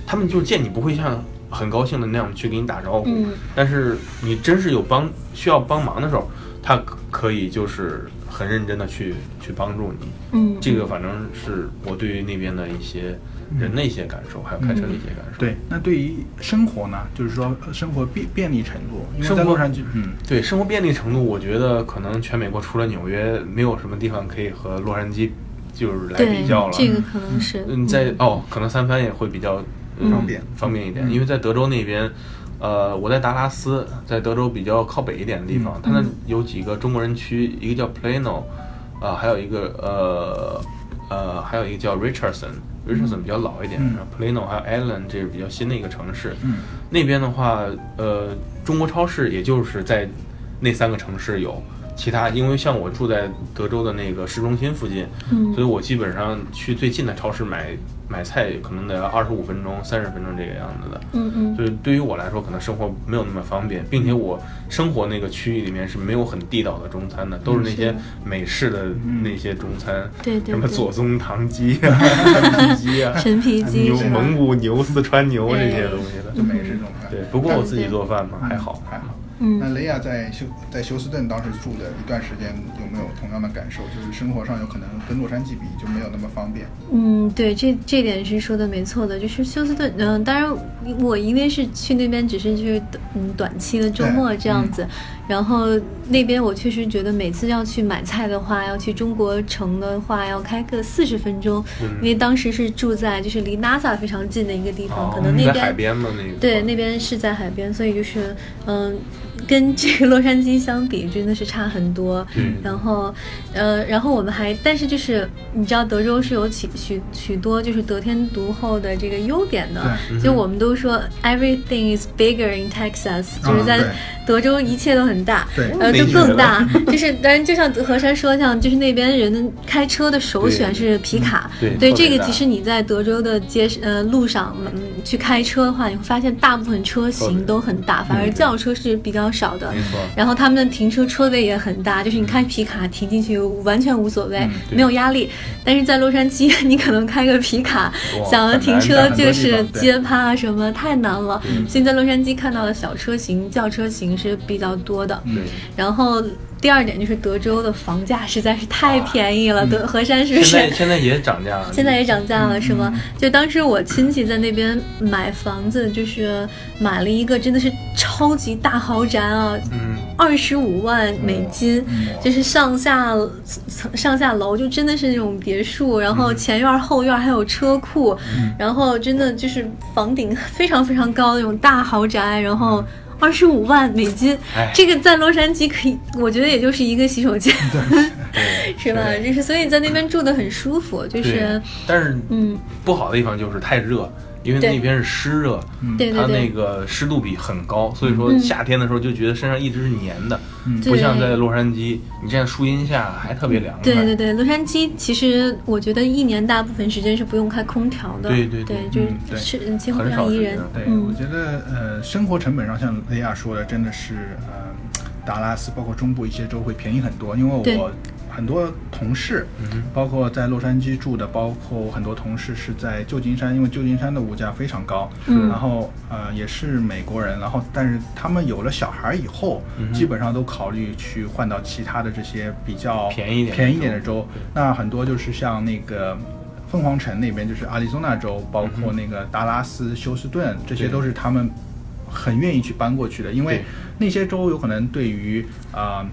Speaker 2: 他们就是见你不会像很高兴的那样去给你打招呼，
Speaker 1: 嗯
Speaker 2: 但是你真是有帮需要帮忙的时候，他可可以就是很认真的去去帮助你。
Speaker 1: 嗯，
Speaker 2: 这个反正是我对于那边的一些人的一些感受，还有开车的一些感受。
Speaker 3: 对，那对于生活呢，就是说呃生活便便利程度，因为
Speaker 2: 生
Speaker 3: 在
Speaker 2: 活
Speaker 3: 洛杉矶，嗯，
Speaker 2: 对生活便利程度，我觉得可能全美国除了纽约，没有什么地方可以和洛杉矶就是来
Speaker 1: 对
Speaker 2: 比较了。
Speaker 1: 这个可能是
Speaker 2: 嗯，在哦，可能三藩也会比较、呃
Speaker 3: 方便
Speaker 2: 方便一
Speaker 3: 嗯
Speaker 2: 点，因为在德州那边，呃，我在达拉斯，在德州比较靠北一点的地
Speaker 3: 嗯
Speaker 2: 方，它那有几个中国人区，一个叫 Plano，啊、还有一个呃呃，还有一个叫 Richardson。Richardson 比较老一点、
Speaker 3: 嗯
Speaker 2: 然后 Plano 还有 Allen 这是比较新的一个城市。
Speaker 3: 嗯
Speaker 2: 那边的话，呃，中国超市也就是在那三个城市有，其他因为像我住在德州的那个市中心附近，
Speaker 1: 嗯
Speaker 2: 所以我基本上去最近的超市买买菜，可能得要二十五分钟、三十分钟这个样子的。
Speaker 1: 嗯嗯
Speaker 2: 所以对于我来说，可能生活没有那么方便，并且我生活那个区域里面是没有很地道的中餐的，都是那些美式的那些中餐，
Speaker 1: 嗯对对
Speaker 2: 什么
Speaker 1: 对
Speaker 2: 左宗棠鸡 啊、陈皮鸡啊、
Speaker 1: 陈皮鸡
Speaker 2: 牛
Speaker 1: 是吧
Speaker 2: 蒙古牛、四川牛这些
Speaker 1: 哎
Speaker 2: 东西的。
Speaker 3: 就美式这种饭
Speaker 2: 对，不过我自己做饭嘛，还好。
Speaker 3: 还好。
Speaker 1: 嗯
Speaker 3: 那雷亚在休在休斯顿当时住的一段时间，有没有同样的感受？就是生活上有可能跟洛杉矶比就没有那么方便。
Speaker 1: 嗯，对，这这点是说的没错的，就是休斯顿，嗯、当然我因为是去那边，只是就是嗯短期的周末
Speaker 3: 对
Speaker 1: 这样
Speaker 2: 哎
Speaker 1: 子，
Speaker 2: 嗯
Speaker 1: 然后那边我确实觉得每次要去买菜的话，要去中国城的话，要开个四十分钟，
Speaker 2: 嗯
Speaker 1: 因为当时是住在就是离 NASA 非常近的一个地方，
Speaker 2: 哦
Speaker 1: 可能那
Speaker 2: 在
Speaker 1: 边
Speaker 2: 海边嘛，那个
Speaker 1: 对，那边是在海边，所以就是嗯，跟这个洛杉矶相比，真的是差很多。
Speaker 2: 嗯
Speaker 1: 然后，呃，然后我们还，但是就是你知道，德州是有许许许多就是得天独厚的这个优点的。
Speaker 3: 对
Speaker 1: 就我们都说 everything is bigger in Texas，、就是在
Speaker 3: 啊对
Speaker 1: 德州一切都很大，
Speaker 3: 对
Speaker 1: 呃，就
Speaker 2: 美
Speaker 1: 更
Speaker 2: 女
Speaker 1: 大。 就是当然，就像何山说，像就是那边人的开车的首
Speaker 2: 对嗯
Speaker 1: 选是皮卡。
Speaker 2: 对
Speaker 1: 对，
Speaker 2: 特别
Speaker 1: 这个
Speaker 2: 大
Speaker 1: 其实你在德州的街呃路上嗯去开车的话，你会发现大部分车
Speaker 2: 特别嗯
Speaker 1: 型
Speaker 2: 大
Speaker 1: 都很大，反而轿车是比较少的。
Speaker 2: 没错。
Speaker 1: 然后他们的停车车位也很大，就是你开皮卡停进去完全无所谓，
Speaker 2: 对
Speaker 1: 没有压力。但是在洛杉矶， 你可能开个皮卡
Speaker 2: 哇，
Speaker 1: 想要
Speaker 2: 很
Speaker 1: 停
Speaker 2: 难
Speaker 1: 车
Speaker 2: 在很多
Speaker 1: 就
Speaker 2: 地
Speaker 1: 是
Speaker 2: 方对
Speaker 1: 街趴啊什么，太难嗯了。所以在洛杉矶看到的小车型、轿车型是比较多的。
Speaker 2: 对，
Speaker 1: 然后第二点就是德州的房价实在是太便宜了，德河山是不是？
Speaker 2: 现在现在也涨价 了。
Speaker 1: 现在也嗯涨价了，是吗？就当时我亲戚在那边买房子，就是买了一个真的是超级大豪宅啊，
Speaker 2: 嗯，
Speaker 1: 二十五万美金，就是上下层上下楼，就真的是那种别墅，然后前院儿后院儿还有车库，
Speaker 2: 嗯
Speaker 1: 然后真的就是房顶非常非常高的那种大豪宅，然后。二十五万美金
Speaker 2: 嗯哎，
Speaker 1: 这个在洛杉矶可以，我觉得也就是一个洗手间，
Speaker 2: 对，
Speaker 1: 是吧？
Speaker 2: 对
Speaker 1: 就是所以在那边住的很舒服，就是
Speaker 2: 对，但是
Speaker 1: 嗯，
Speaker 2: 不好的地方就是太热，因为
Speaker 1: 对嗯
Speaker 2: 那边是湿热，
Speaker 1: 对对
Speaker 2: 它那
Speaker 1: 对，
Speaker 2: 个湿度比很高，所以说
Speaker 1: 嗯
Speaker 2: 夏天的时候就觉得身上一直是黏的，
Speaker 3: 嗯
Speaker 2: 不像
Speaker 1: 对
Speaker 2: 在洛杉矶，你站在树荫下还特别凉快。
Speaker 1: 对对对，洛杉矶其实我觉得一年大部分时间是不用开空调的，
Speaker 2: 对对对
Speaker 3: 嗯
Speaker 1: 就
Speaker 3: 对
Speaker 1: 是是气候非
Speaker 2: 很少
Speaker 1: 常宜
Speaker 2: 时
Speaker 1: 人
Speaker 2: 间。。
Speaker 3: 对，
Speaker 1: 嗯
Speaker 3: 我觉得呃，生活成本上像雷亚说的，真的是呃，达拉斯包括中部一些州会便宜很多，因为
Speaker 1: 对
Speaker 3: 我很多同事，
Speaker 2: 嗯
Speaker 3: 包括在洛杉矶住的，包括很多同事是在旧金山，因为旧金山的物价非常高，
Speaker 1: 嗯
Speaker 3: 然后呃也是美国人，然后但是他们有了小孩以后，
Speaker 2: 嗯哼
Speaker 3: 基本上都考虑去换到其他的这些比较
Speaker 2: 便宜一点的
Speaker 3: 便宜一点
Speaker 2: 州
Speaker 3: 的州，那很多就是像那个凤凰城那边，就是阿里宗纳州，包括那个达拉斯、休斯顿，这些
Speaker 2: 对
Speaker 3: 都是他们很愿意去搬过去的，因为
Speaker 2: 对
Speaker 3: 那些州有可能对于啊。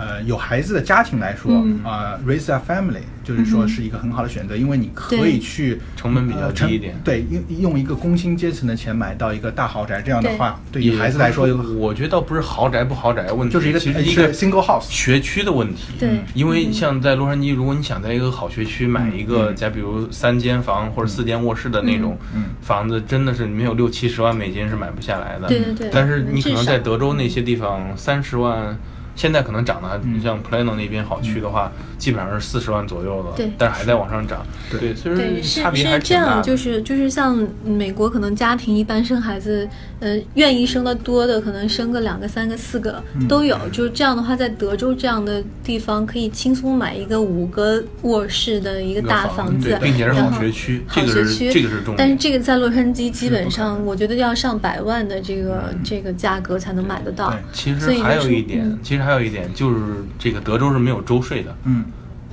Speaker 3: 呃，有孩子的家庭来说，
Speaker 1: 嗯
Speaker 3: 啊、r a i s e a family 就是说是一个很好的选择，因为你可
Speaker 1: 对
Speaker 3: 以去
Speaker 2: 嗯成本比较
Speaker 3: 呃成
Speaker 2: 低一点
Speaker 3: 对，用用一个工薪阶层的钱买到一个大豪宅，这样的
Speaker 1: 对
Speaker 3: 话，对
Speaker 2: 也
Speaker 3: 于孩子来说，
Speaker 2: 我觉得倒不是豪宅不豪宅的问题，
Speaker 3: 就是一个
Speaker 2: 其实
Speaker 3: 呃
Speaker 2: 一
Speaker 3: 是
Speaker 2: 个
Speaker 3: single house，
Speaker 2: 学区的问题。
Speaker 1: 对
Speaker 2: 因为像在洛杉矶，如果你想在一个好学区买一个，
Speaker 3: 嗯
Speaker 2: 假比如三间房或者四间卧室的那种
Speaker 3: 嗯嗯
Speaker 2: 房子，真的是你没有六七十万美金是买不下来的。
Speaker 1: 对对对
Speaker 2: 但是你可能在
Speaker 1: 至少
Speaker 2: 德州那些地方，三十万。现在可能涨的，
Speaker 1: 嗯
Speaker 2: 还像 Plano 那边好区的话，基本上是四十万左右了，
Speaker 1: 对
Speaker 2: 但是还在往上涨。
Speaker 3: 对
Speaker 2: 对，所
Speaker 1: 对，
Speaker 2: 以
Speaker 1: 是
Speaker 2: 嗯差别还
Speaker 1: 是
Speaker 2: 是
Speaker 1: 这
Speaker 2: 挺大
Speaker 1: 样，
Speaker 2: 的。
Speaker 1: 就是就是像美国，可能家庭一般生孩子，呃，愿意生的多的，可能生个两个、三个、
Speaker 2: 嗯
Speaker 1: 四个都有。就是这样的话，在德州这样的地方，可以轻松买一个五个卧室的一个
Speaker 2: 一个
Speaker 1: 大
Speaker 2: 房
Speaker 1: 子，
Speaker 2: 对并且是
Speaker 1: 然
Speaker 2: 好
Speaker 1: 后
Speaker 2: 学区，
Speaker 1: 好
Speaker 2: 这
Speaker 1: 学
Speaker 2: 个是
Speaker 1: 区，
Speaker 2: 这个是重点。
Speaker 1: 但是这个在洛杉矶基本
Speaker 3: 是不可
Speaker 1: 上，我觉得要上百万的这个这个价格才能买得到
Speaker 3: 对。
Speaker 2: 嗯其
Speaker 1: 所
Speaker 2: 实
Speaker 1: 以
Speaker 2: 还
Speaker 1: 就
Speaker 2: 有
Speaker 1: 是
Speaker 2: 一点
Speaker 1: 嗯，
Speaker 2: 其实还有一点就是这个德州是没有州税的，
Speaker 3: 嗯，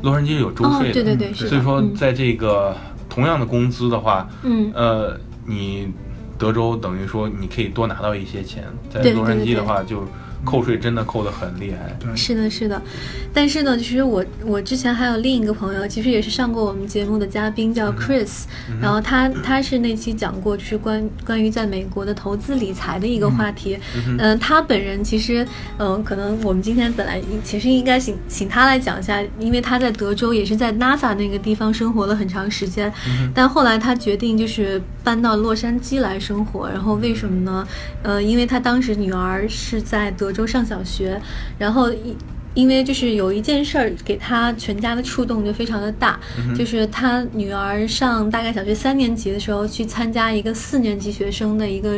Speaker 2: 洛杉矶是有州
Speaker 1: 哦
Speaker 2: 税的，，
Speaker 1: 对对对，
Speaker 3: 嗯
Speaker 1: 是
Speaker 2: 所以
Speaker 1: 的，
Speaker 2: 说
Speaker 1: 嗯
Speaker 2: 在这个同样的工资的话，
Speaker 1: 嗯
Speaker 2: 呃，你德州等于说你可以多拿到一些钱，在
Speaker 1: 对
Speaker 2: 洛杉
Speaker 1: 对
Speaker 2: 矶
Speaker 1: 对
Speaker 2: 的话就扣税真的扣得很厉害，
Speaker 3: 对
Speaker 1: 是的，是的，但是呢，其实我我之前还有另一个朋友，其实也是上过我们节目的嘉宾，
Speaker 2: 嗯
Speaker 1: 叫 Chris，、然后他他是那期讲过就是关关于在美国的投资理财的一个话题，嗯、他本人其实嗯、呃可能我们今天本来应其实应该请请他来讲一下，因为他在德州也是在 NASA 那个地方生活了很长时间，但后来他决定就是搬到洛杉矶来生活，然后为什么呢？呃，因为他当时女儿是在德州上小学，然后一。因为就是有一件事儿给他全家的触动就非常的大，就是他女儿上大概小学三年级的时候去参加一个四年级学生的一个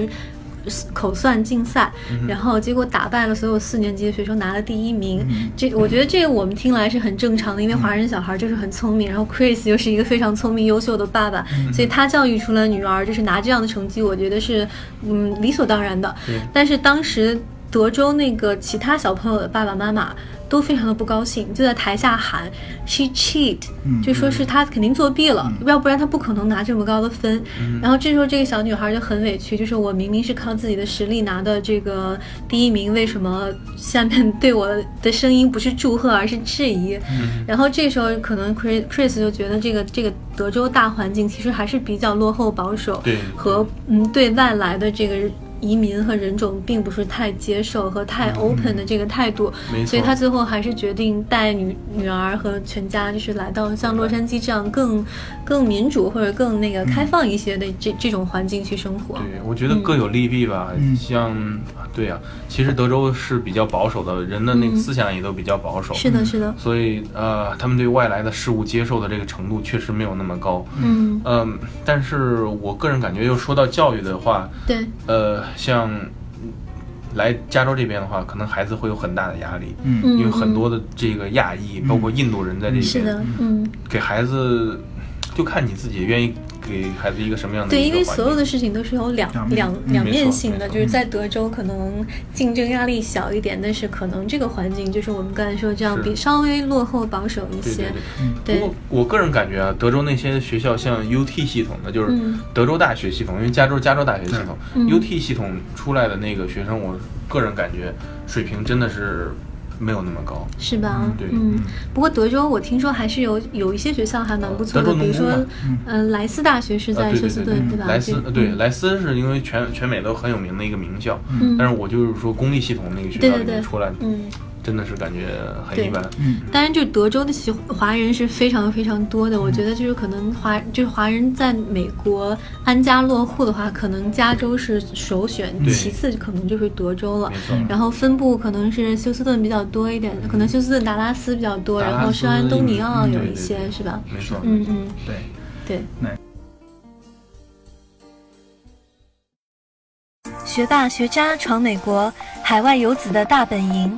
Speaker 1: 口算竞赛，然后结果打败了所有四年级的学生，拿了第一名。这我觉得这个我们听来是很正常的，因为华人小孩就是很聪明，然后 Chris 又是一个非常聪明优秀的爸爸，所以他教育出了女儿就是拿这样的成绩，我觉得是嗯理所当然的。但是当时德州那个其他小朋友的爸爸妈妈都非常的不高兴，就在台下喊 “she cheat”，、
Speaker 3: 嗯
Speaker 1: 就说是她肯定作弊了，要不然她不可能拿这么高的分。然后这时候这个小女孩就很委屈，就是我明明是靠自己的实力拿的这个第一名，为什么下面 对我的声音不是祝贺，而是质疑？然后这时候可能 Chris Chris 就觉得这个这个德州大环境其实还是比较落后保守，
Speaker 2: 对
Speaker 1: 和嗯对外来的这个移民和人种并不是太接受和太 open 的这个态度，
Speaker 2: 嗯没错
Speaker 1: 所以他最后还是决定带女女儿和全家，就是来到像洛杉矶这样更更民主或者更那个
Speaker 2: 嗯
Speaker 1: 开放一些的这、这种环境去生活。
Speaker 2: 对，我觉得各有利弊吧。
Speaker 3: 嗯
Speaker 2: 像，啊对呀、其实德州是比较保守的，人的那个思想也都比较保守。
Speaker 1: 嗯是的，是的，
Speaker 2: 所以呃，他们对外来的事物接受的这个程度确实没有那么高。
Speaker 1: 嗯，
Speaker 2: 嗯，但是我个人感觉，又说到教育的话，
Speaker 1: 对，
Speaker 2: 呃，像来加州这边的话，可能孩子会有很大的压力，
Speaker 3: 嗯
Speaker 1: 嗯，
Speaker 2: 因为很
Speaker 1: 嗯
Speaker 2: 多的这个亚裔，包括印度人在这边，
Speaker 1: 是的，嗯。
Speaker 2: 给孩子就看你自己愿意给孩子一个什么样的
Speaker 1: 对，
Speaker 2: 一
Speaker 1: 因
Speaker 2: 个
Speaker 1: 为
Speaker 2: 环
Speaker 1: 所有
Speaker 2: 境
Speaker 1: 的事情都是有两
Speaker 3: 两面
Speaker 1: 两
Speaker 3: 嗯
Speaker 1: 两
Speaker 2: 没
Speaker 1: 面
Speaker 2: 错
Speaker 1: 性的，
Speaker 2: 没错
Speaker 1: 就是在德州可能竞争压力小一点，但是可能这个环境就是我们刚才说这样
Speaker 2: 是
Speaker 1: 比稍微落后保守一
Speaker 2: 对对
Speaker 1: 些。
Speaker 2: 对。
Speaker 1: 对
Speaker 2: 不过我个人感觉啊，德州那些学校像 UT 系统的，就是
Speaker 1: 嗯
Speaker 2: 德州大学系统，因为加州加州大学系统、
Speaker 1: 嗯
Speaker 2: UT 系统出来的那个学生，我个人感觉水平真的是没有那么高。
Speaker 1: 是吧？
Speaker 2: 对
Speaker 1: 嗯，不过德州我听说还是有有一些学校还蛮不错
Speaker 2: 德
Speaker 1: 的，
Speaker 2: 州
Speaker 1: 比如
Speaker 2: 农工
Speaker 1: 说
Speaker 2: 嘛，
Speaker 3: 嗯
Speaker 1: 嗯，莱斯大学是
Speaker 2: 啊，
Speaker 1: 在
Speaker 2: 对
Speaker 1: 休
Speaker 2: 对
Speaker 1: 斯
Speaker 2: 对
Speaker 1: 顿，对吧？
Speaker 2: 莱斯
Speaker 1: 这
Speaker 2: 呃对，莱斯是因为全全美都很有名的一个名校，
Speaker 1: 嗯
Speaker 2: 但是我就是说公立系统那个学
Speaker 1: 对
Speaker 2: 校
Speaker 1: 对
Speaker 2: 里
Speaker 1: 对
Speaker 2: 面出来，
Speaker 1: 嗯，
Speaker 2: 真的是感觉很
Speaker 1: 对
Speaker 2: 一般。
Speaker 3: 嗯
Speaker 1: 当然，就德州的华华人是非常非常多的。我
Speaker 2: 嗯
Speaker 1: 觉得就是可能华就是华人在美国安家落户的话，可能加州是首选，
Speaker 2: 对
Speaker 1: 其次可能就是德州了
Speaker 2: 没。错，
Speaker 1: 然后分布可能是休斯顿比较多一点，可能休斯顿、达拉斯比较多，
Speaker 2: 达拉斯
Speaker 1: 然后圣安东尼奥有一
Speaker 2: 嗯对
Speaker 1: 些，
Speaker 2: 对对
Speaker 1: 是吧？
Speaker 2: 没错，
Speaker 1: 嗯嗯，
Speaker 3: 对，
Speaker 1: 对。
Speaker 3: 那
Speaker 1: 学霸学渣闯美国，海外游子的大本营。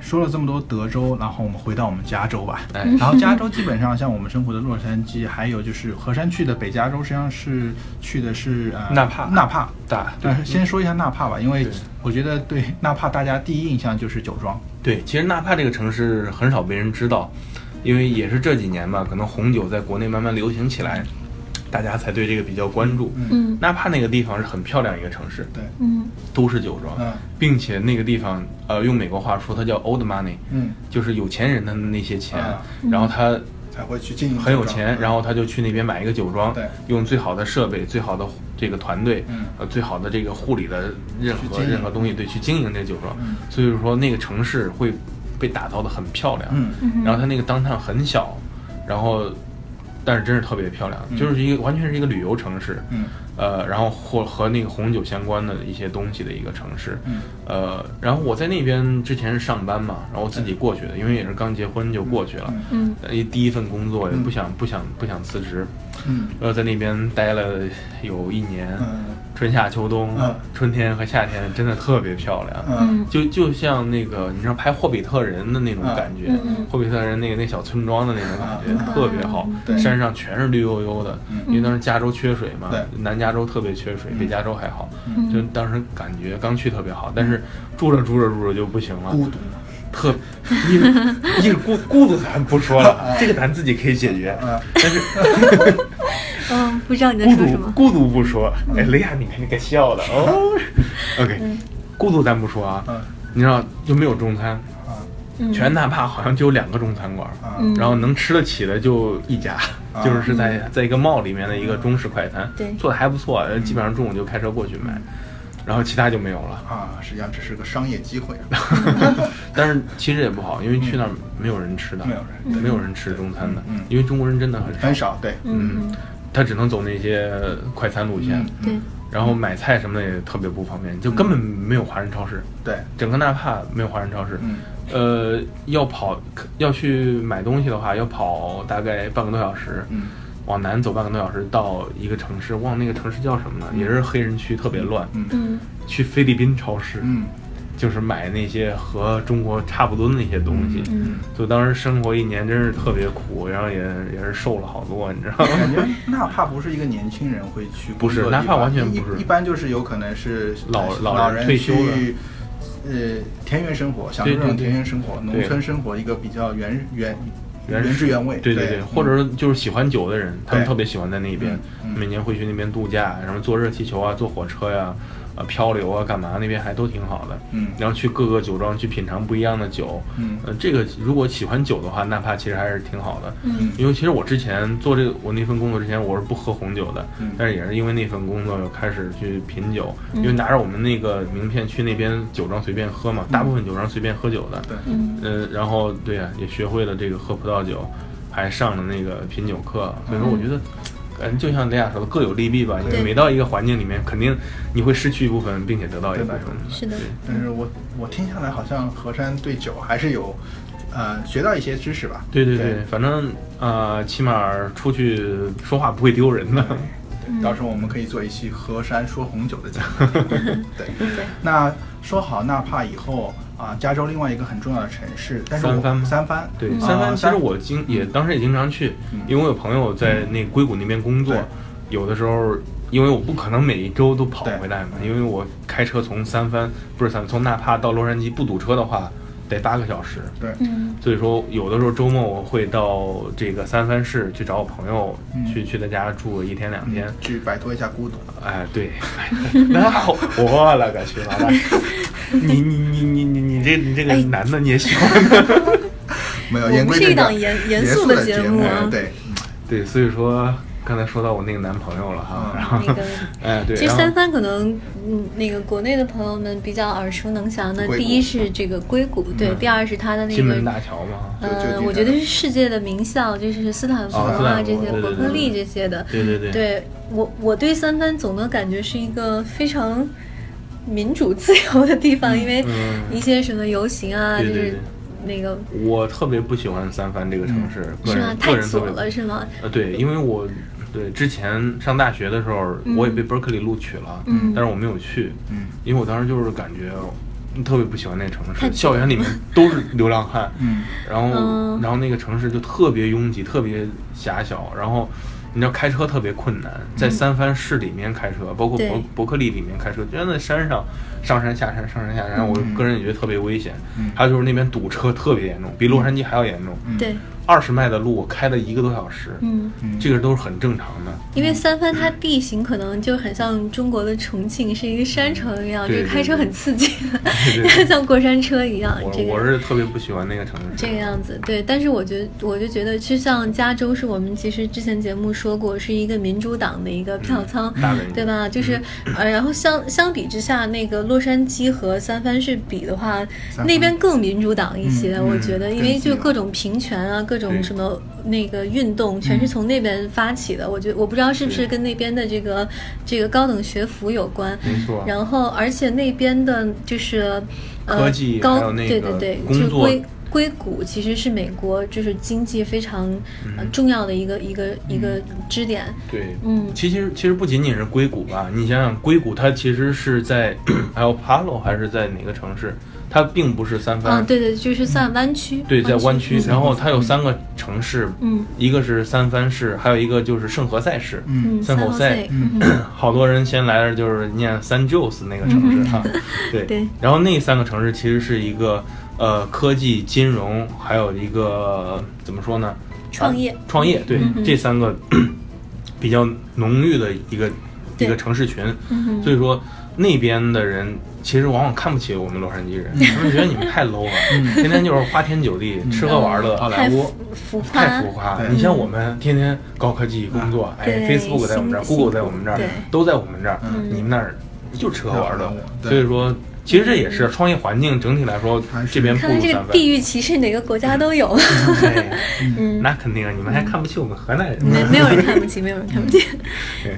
Speaker 3: 说了这么多德州，然后我们回到我们加州吧。
Speaker 2: 哎
Speaker 3: 然后加州基本上像我们生活的洛杉矶，还有就是河山区的北加州，实际上是去的是呃
Speaker 2: 纳帕
Speaker 3: 纳帕。
Speaker 2: 大对
Speaker 3: 但是先说一下纳帕吧，因为
Speaker 2: 对
Speaker 3: 我觉得对纳帕大家第一印象就是酒庄。
Speaker 2: 对，其实纳帕这个城市很少被人知道，因为也是这几年吧，可能红酒在国内慢慢流行起来，大家才对这个比较关注。
Speaker 1: 嗯
Speaker 2: 纳帕那个地方是很漂亮一个城市，
Speaker 3: 对，
Speaker 1: 嗯
Speaker 2: 都是酒庄，
Speaker 3: 嗯
Speaker 2: 并且那个地方，呃，用美国话说，它叫 old money，
Speaker 3: 嗯，
Speaker 2: 就是有钱人的那些钱，
Speaker 3: 啊
Speaker 1: 嗯
Speaker 2: 然后他
Speaker 3: 才会去经营
Speaker 2: 很有
Speaker 3: 酒庄
Speaker 2: 钱，
Speaker 3: 嗯
Speaker 2: 然后他就去那边买一个酒庄
Speaker 3: 对，
Speaker 2: 用最好的设备、最好的这个团队，
Speaker 3: 嗯
Speaker 2: 呃，最好的这个护理的任
Speaker 3: 去
Speaker 2: 何
Speaker 3: 经营
Speaker 2: 任何东西，对，去经营这个酒庄。
Speaker 3: 嗯
Speaker 2: 所以说，那个城市会被打造的很漂亮。
Speaker 3: 嗯
Speaker 1: 嗯哼
Speaker 2: 然后它那个当趟很小，然后但是真是特别漂亮，就是一个完全是一个旅游城市。
Speaker 3: 嗯
Speaker 2: 呃，然后或和那个红酒相关的一些东西的一个城市，
Speaker 3: 嗯
Speaker 2: 呃，然后我在那边之前是上班嘛，然后我自己过去的，因为也是刚结婚就过去了，
Speaker 3: 嗯
Speaker 1: 嗯
Speaker 2: 呃，一第一份工作也
Speaker 3: 嗯
Speaker 2: 不想、不想不想辞职，
Speaker 3: 嗯
Speaker 2: 然后在那边待了有一年，
Speaker 3: 嗯
Speaker 2: 春夏秋冬，
Speaker 3: 嗯
Speaker 2: 春天和夏天真的特别漂亮，
Speaker 3: 嗯
Speaker 2: 就就像那个你知道拍《霍比特人》的那种
Speaker 3: 嗯
Speaker 2: 感觉，
Speaker 1: 嗯嗯
Speaker 2: 霍比特人》那个那小村庄的那种感觉、
Speaker 3: 嗯
Speaker 2: 特别好，
Speaker 3: 对
Speaker 2: 山上全是绿油油的，
Speaker 3: 嗯
Speaker 2: 因为当时加州缺水嘛
Speaker 3: 对，
Speaker 2: 南加州特别缺水，北加州还好，
Speaker 1: 嗯
Speaker 2: 就当时感觉刚去特别好，但是住着住着住着就不行了，
Speaker 3: 孤独。
Speaker 2: 特一一孤孤独咱不说了，这个咱自己可以解决，
Speaker 3: 嗯
Speaker 2: 但是
Speaker 1: 嗯，不知道你在
Speaker 2: 孤
Speaker 1: 说什
Speaker 2: 独
Speaker 1: 么。
Speaker 2: 孤独不说，
Speaker 3: 嗯
Speaker 2: 哎，雷亚，你看你该 笑的哦。OK，孤
Speaker 1: 嗯
Speaker 2: 独咱不说啊，
Speaker 3: 嗯
Speaker 2: 你知道就没有中餐，
Speaker 1: 嗯
Speaker 2: 全纳帕好像就有两个中餐馆，
Speaker 1: 嗯
Speaker 2: 然后能吃得起的就一家，
Speaker 3: 啊
Speaker 2: 就是是在在一个 mall 里面的一个中式快餐，
Speaker 1: 对
Speaker 2: 做的还不错，
Speaker 3: 嗯
Speaker 2: 呃基本上中午就开车过去买，然后其他就没有了。
Speaker 3: 啊，实际上这是个商业机 会。
Speaker 2: 但是其实也不好，因为去那儿没有人吃的，
Speaker 3: 嗯没有人
Speaker 2: 没有人吃中餐的
Speaker 3: 嗯嗯，
Speaker 2: 因为中国人真的很
Speaker 3: 很
Speaker 2: 少，
Speaker 3: 少，对，
Speaker 1: 嗯，
Speaker 2: 他只能走那些快餐路线
Speaker 3: 嗯，
Speaker 1: 嗯对，
Speaker 2: 然后买菜什么的也特别不方便，就根本没有华人超市，
Speaker 3: 嗯对，
Speaker 2: 整个纳帕没有华人超市，
Speaker 3: 嗯
Speaker 2: 呃，要跑要去买东西的话，要跑大概半个多小时，
Speaker 3: 嗯
Speaker 2: 往南走半个多小时到一个城市，忘那个城市叫什么了，也是黑人区，特别乱，
Speaker 3: 嗯
Speaker 1: 嗯
Speaker 2: 去菲律宾超市，
Speaker 3: 嗯
Speaker 2: 就是买那些和中国差不多的那些东西。
Speaker 1: 嗯
Speaker 2: 就当时生活一年真是特别苦，然后也也是瘦了好多，你知道吗？
Speaker 3: 感觉纳帕不是一个年轻人会去工
Speaker 2: 不是
Speaker 3: 作的地方，
Speaker 2: 纳帕完全不是
Speaker 3: 一一般就是有可能是
Speaker 2: 老
Speaker 3: 呃
Speaker 2: 老
Speaker 3: 老
Speaker 2: 人
Speaker 3: 人
Speaker 2: 退休了
Speaker 3: 去呃，田园生活，享受
Speaker 2: 对
Speaker 3: 这种
Speaker 2: 对对
Speaker 3: 田园生活、农
Speaker 2: 对
Speaker 3: 村生活一个比较原原
Speaker 2: 原始
Speaker 3: 原汁原味
Speaker 2: 对
Speaker 3: 对嗯
Speaker 2: 对，或者说就是喜欢酒的人，他们
Speaker 3: 对
Speaker 2: 特别喜欢在那边，
Speaker 3: 嗯嗯
Speaker 2: 每年会去那边度假，然后坐热气球啊，坐火车呀、啊，漂流啊，干嘛那边还都挺好的。
Speaker 3: 嗯
Speaker 2: 然后去各个酒庄去品尝不一样的酒。
Speaker 3: 嗯
Speaker 2: 呃，这个如果喜欢酒的话，纳帕其实还是挺好的。
Speaker 1: 嗯
Speaker 2: 因为其实我之前做这个我那份工作之前，我是不喝红酒的，
Speaker 3: 嗯
Speaker 2: 但是也是因为那份工作又开始去品酒，因为拿着我们那个名片去那边酒庄随便喝
Speaker 3: 嗯
Speaker 2: 嘛，大部分酒庄随便喝酒的。
Speaker 3: 对，
Speaker 1: 嗯
Speaker 2: 嗯，然后对呀、也学会了这个喝葡萄酒，还上了那个品酒课，所以说我觉得。嗯，就像雷亚说的，各有利弊吧。因为
Speaker 1: 对
Speaker 2: 每到一个环境里面，肯定你会失去一部分，并且得到一部分
Speaker 3: 对。
Speaker 1: 是的
Speaker 2: 对
Speaker 3: 但是我我听下来好像何山对酒还是有，呃，学到一些知识吧。
Speaker 2: 对对对，反正呃，起码出去说话不会丢人的。
Speaker 1: 嗯
Speaker 3: 到时候我们可以做一期河山说红酒的节 目。对，那说好纳帕以后啊，加州另外一个很重要的城市，但是我
Speaker 2: 三藩吗
Speaker 3: 三藩，
Speaker 2: 对，
Speaker 3: 啊
Speaker 2: 三藩其实我经也当时也经常去
Speaker 3: 嗯，
Speaker 2: 因为我有朋友在那硅谷那边工作
Speaker 3: 对，
Speaker 2: 有的时候因为我不可能每一周都跑
Speaker 3: 对
Speaker 2: 回来嘛，因为我开车从三藩不是三从纳帕到洛杉矶不堵车的话得八个小时，
Speaker 3: 对，
Speaker 1: 嗯
Speaker 2: 所以说有的时候周末我会到这个三藩市去找我朋友，
Speaker 3: 嗯
Speaker 2: 去去他家住一天两天。
Speaker 3: 嗯去摆脱一下孤独。
Speaker 2: 哎，对， 那我了个去吧！你你你你你你这你这个
Speaker 1: 哎
Speaker 2: 男的你也喜欢
Speaker 3: 没有，
Speaker 1: 我
Speaker 3: 言
Speaker 1: 们
Speaker 3: 归
Speaker 1: 是一
Speaker 3: 正
Speaker 1: 档
Speaker 3: 传
Speaker 1: 严严
Speaker 3: 严
Speaker 1: 肃
Speaker 3: 的
Speaker 1: 的节
Speaker 3: 目
Speaker 1: 目啊
Speaker 3: 对，
Speaker 2: 对，所以说刚才说到我那个男朋友了哈，
Speaker 3: 嗯
Speaker 2: 然后
Speaker 1: 那个。
Speaker 2: 哎 对，
Speaker 1: 其实
Speaker 2: 然后
Speaker 1: 三藩可能，嗯，那个国内的朋友们比较耳熟能详的，
Speaker 3: 硅谷
Speaker 1: 第一是这个硅谷，对，第二是它的那
Speaker 2: 嗯金门
Speaker 1: 个，
Speaker 2: 大桥嘛，
Speaker 3: 就就
Speaker 1: 呃，
Speaker 3: 就
Speaker 1: 我觉得是世界的名校，就是斯坦福
Speaker 2: 哦斯坦
Speaker 1: 啊
Speaker 2: 福
Speaker 1: 这些，
Speaker 2: 对对
Speaker 1: 伯
Speaker 2: 对
Speaker 1: 克利
Speaker 2: 对
Speaker 1: 这些的。
Speaker 2: 对对对，
Speaker 1: 对我，我对三藩总的感觉是一个非常民主自由的地方，因为
Speaker 2: 嗯
Speaker 1: 一些什么游行啊，
Speaker 2: 对
Speaker 1: 就
Speaker 2: 对
Speaker 1: 是
Speaker 2: 对
Speaker 1: 那个
Speaker 2: 我特别不喜欢三藩这个城市，个
Speaker 1: 是吗？
Speaker 2: 人个
Speaker 1: 太
Speaker 2: 人特
Speaker 1: 左
Speaker 2: 别不
Speaker 1: 了是吗？
Speaker 2: 呃对，因为我对之前上大学的时候，
Speaker 1: 嗯
Speaker 2: 我也被伯克利录取了，
Speaker 1: 嗯
Speaker 2: 但是我没有去，
Speaker 3: 嗯
Speaker 2: 因为我当时就是感觉嗯特别不喜欢那个城
Speaker 1: 太
Speaker 2: 市，
Speaker 1: 挤
Speaker 2: 校园里面都是流浪 汉，
Speaker 3: 嗯
Speaker 2: 然后、
Speaker 1: 嗯
Speaker 2: 然后那个城市就特别拥挤，特别狭小，然后你知道开车特别困难，在三藩市里面开车，包
Speaker 1: 嗯
Speaker 2: 括
Speaker 1: 对
Speaker 2: 伯伯克利里面开车，就像在山上上山下山上山下山，我
Speaker 3: 嗯
Speaker 2: 个人也觉得特别危险。
Speaker 3: 嗯
Speaker 2: 还有就是那边堵车特别严重，比洛杉矶还要严重，
Speaker 3: 嗯
Speaker 1: 对，
Speaker 2: 二十迈的路我开了一个多小时，
Speaker 1: 嗯。
Speaker 3: 嗯
Speaker 2: 这个都是很正常 的。
Speaker 1: 因为三藩它地形可能就很像中国的重庆，是一个山城一样，就
Speaker 2: 对
Speaker 1: 是
Speaker 2: 对
Speaker 1: 开车
Speaker 2: 对
Speaker 1: 很刺激
Speaker 2: 对对
Speaker 1: 的，
Speaker 2: 对
Speaker 1: 像过山车一样。
Speaker 2: 我
Speaker 1: 这个
Speaker 2: 我是特别不喜欢那个城市。
Speaker 1: 这个样子，对。但是我觉得，我就觉得，就像加州是我们其实之前节目说过，是一个民主党的一个票仓，
Speaker 2: 大本营
Speaker 1: 对吧？就是，呃，然后相相比之下，那个洛杉矶和三藩市比的话
Speaker 3: 三，藩
Speaker 1: 那边更民主党一些，
Speaker 3: 嗯
Speaker 1: 我
Speaker 3: 嗯
Speaker 1: 觉得，因
Speaker 3: 更
Speaker 1: 为
Speaker 3: 自由
Speaker 1: 就各种平权啊，各
Speaker 2: 对
Speaker 1: 种什么那个运动，全是从那边发起的。我觉得，我不知道是不
Speaker 2: 对
Speaker 1: 是跟那边的这个这个高等学府有关。
Speaker 2: 没错。
Speaker 1: 然后，而且那边的就是，呃，
Speaker 2: 科技
Speaker 1: 高
Speaker 2: 还有那
Speaker 1: 对
Speaker 2: 个
Speaker 1: 对对，
Speaker 2: 工
Speaker 1: 就
Speaker 2: 作
Speaker 1: 硅硅谷其实是美国就是经济非常、
Speaker 2: 嗯
Speaker 1: 呃重要的一个一个一个支点。
Speaker 2: 对，
Speaker 1: 嗯
Speaker 2: 其实其实不仅仅是硅谷吧，你想想硅谷它其实是在 El Palo 还是在哪个城市？它并不是三藩，
Speaker 1: 啊，对对，就是算湾区，
Speaker 2: 嗯对在湾区，
Speaker 1: 嗯
Speaker 2: 然后它有三个城市，
Speaker 1: 嗯
Speaker 2: 一个是三藩市，还有一个就是圣何塞市，
Speaker 3: 嗯
Speaker 1: 嗯，
Speaker 2: 三
Speaker 1: 三
Speaker 2: 口
Speaker 1: 号
Speaker 2: 塞
Speaker 1: 塞，
Speaker 3: 嗯
Speaker 1: 嗯
Speaker 2: 好多人先来的就是念三 Jose 那个城市 哈，对
Speaker 1: 对
Speaker 2: 然后那三个城市其实是一个呃科技、金融，还有一个呃怎么说呢？
Speaker 1: 创业
Speaker 2: 啊创业
Speaker 1: 嗯
Speaker 2: 对、这三个 比较浓郁的一个一
Speaker 1: 对
Speaker 2: 个城市群，
Speaker 1: 嗯哼
Speaker 2: 所以说那边的人其实往往看不起我们洛杉矶人，
Speaker 1: 嗯
Speaker 2: 他们觉得你们太 low 了，天天就是花天酒地、吃喝玩乐，
Speaker 3: 好莱
Speaker 1: 太
Speaker 3: 坞
Speaker 1: 浮浮
Speaker 2: 太
Speaker 1: 夸
Speaker 2: 浮，夸了！
Speaker 3: 对
Speaker 2: 你像我们天天高科技工作，哎
Speaker 1: 嗯对
Speaker 2: ，Facebook 在我们这儿
Speaker 1: 辛
Speaker 2: ，Google 在我们这儿
Speaker 1: 对，
Speaker 2: 都在我们这儿，
Speaker 3: 嗯
Speaker 2: 你们那儿就吃喝玩乐。
Speaker 3: 对
Speaker 2: 所以说，其实这也是创业环境整体来说
Speaker 3: 还，是
Speaker 2: 这边不
Speaker 1: 看来
Speaker 2: 如
Speaker 1: 这
Speaker 2: 三
Speaker 1: 个
Speaker 2: 藩。
Speaker 1: 地域歧视哪个国家都有，
Speaker 2: 对，
Speaker 1: 嗯。
Speaker 2: 那肯定，啊，你们还看不起我们河南人
Speaker 1: 没
Speaker 2: 吗？
Speaker 1: 没有人看不起，没有人看 不起。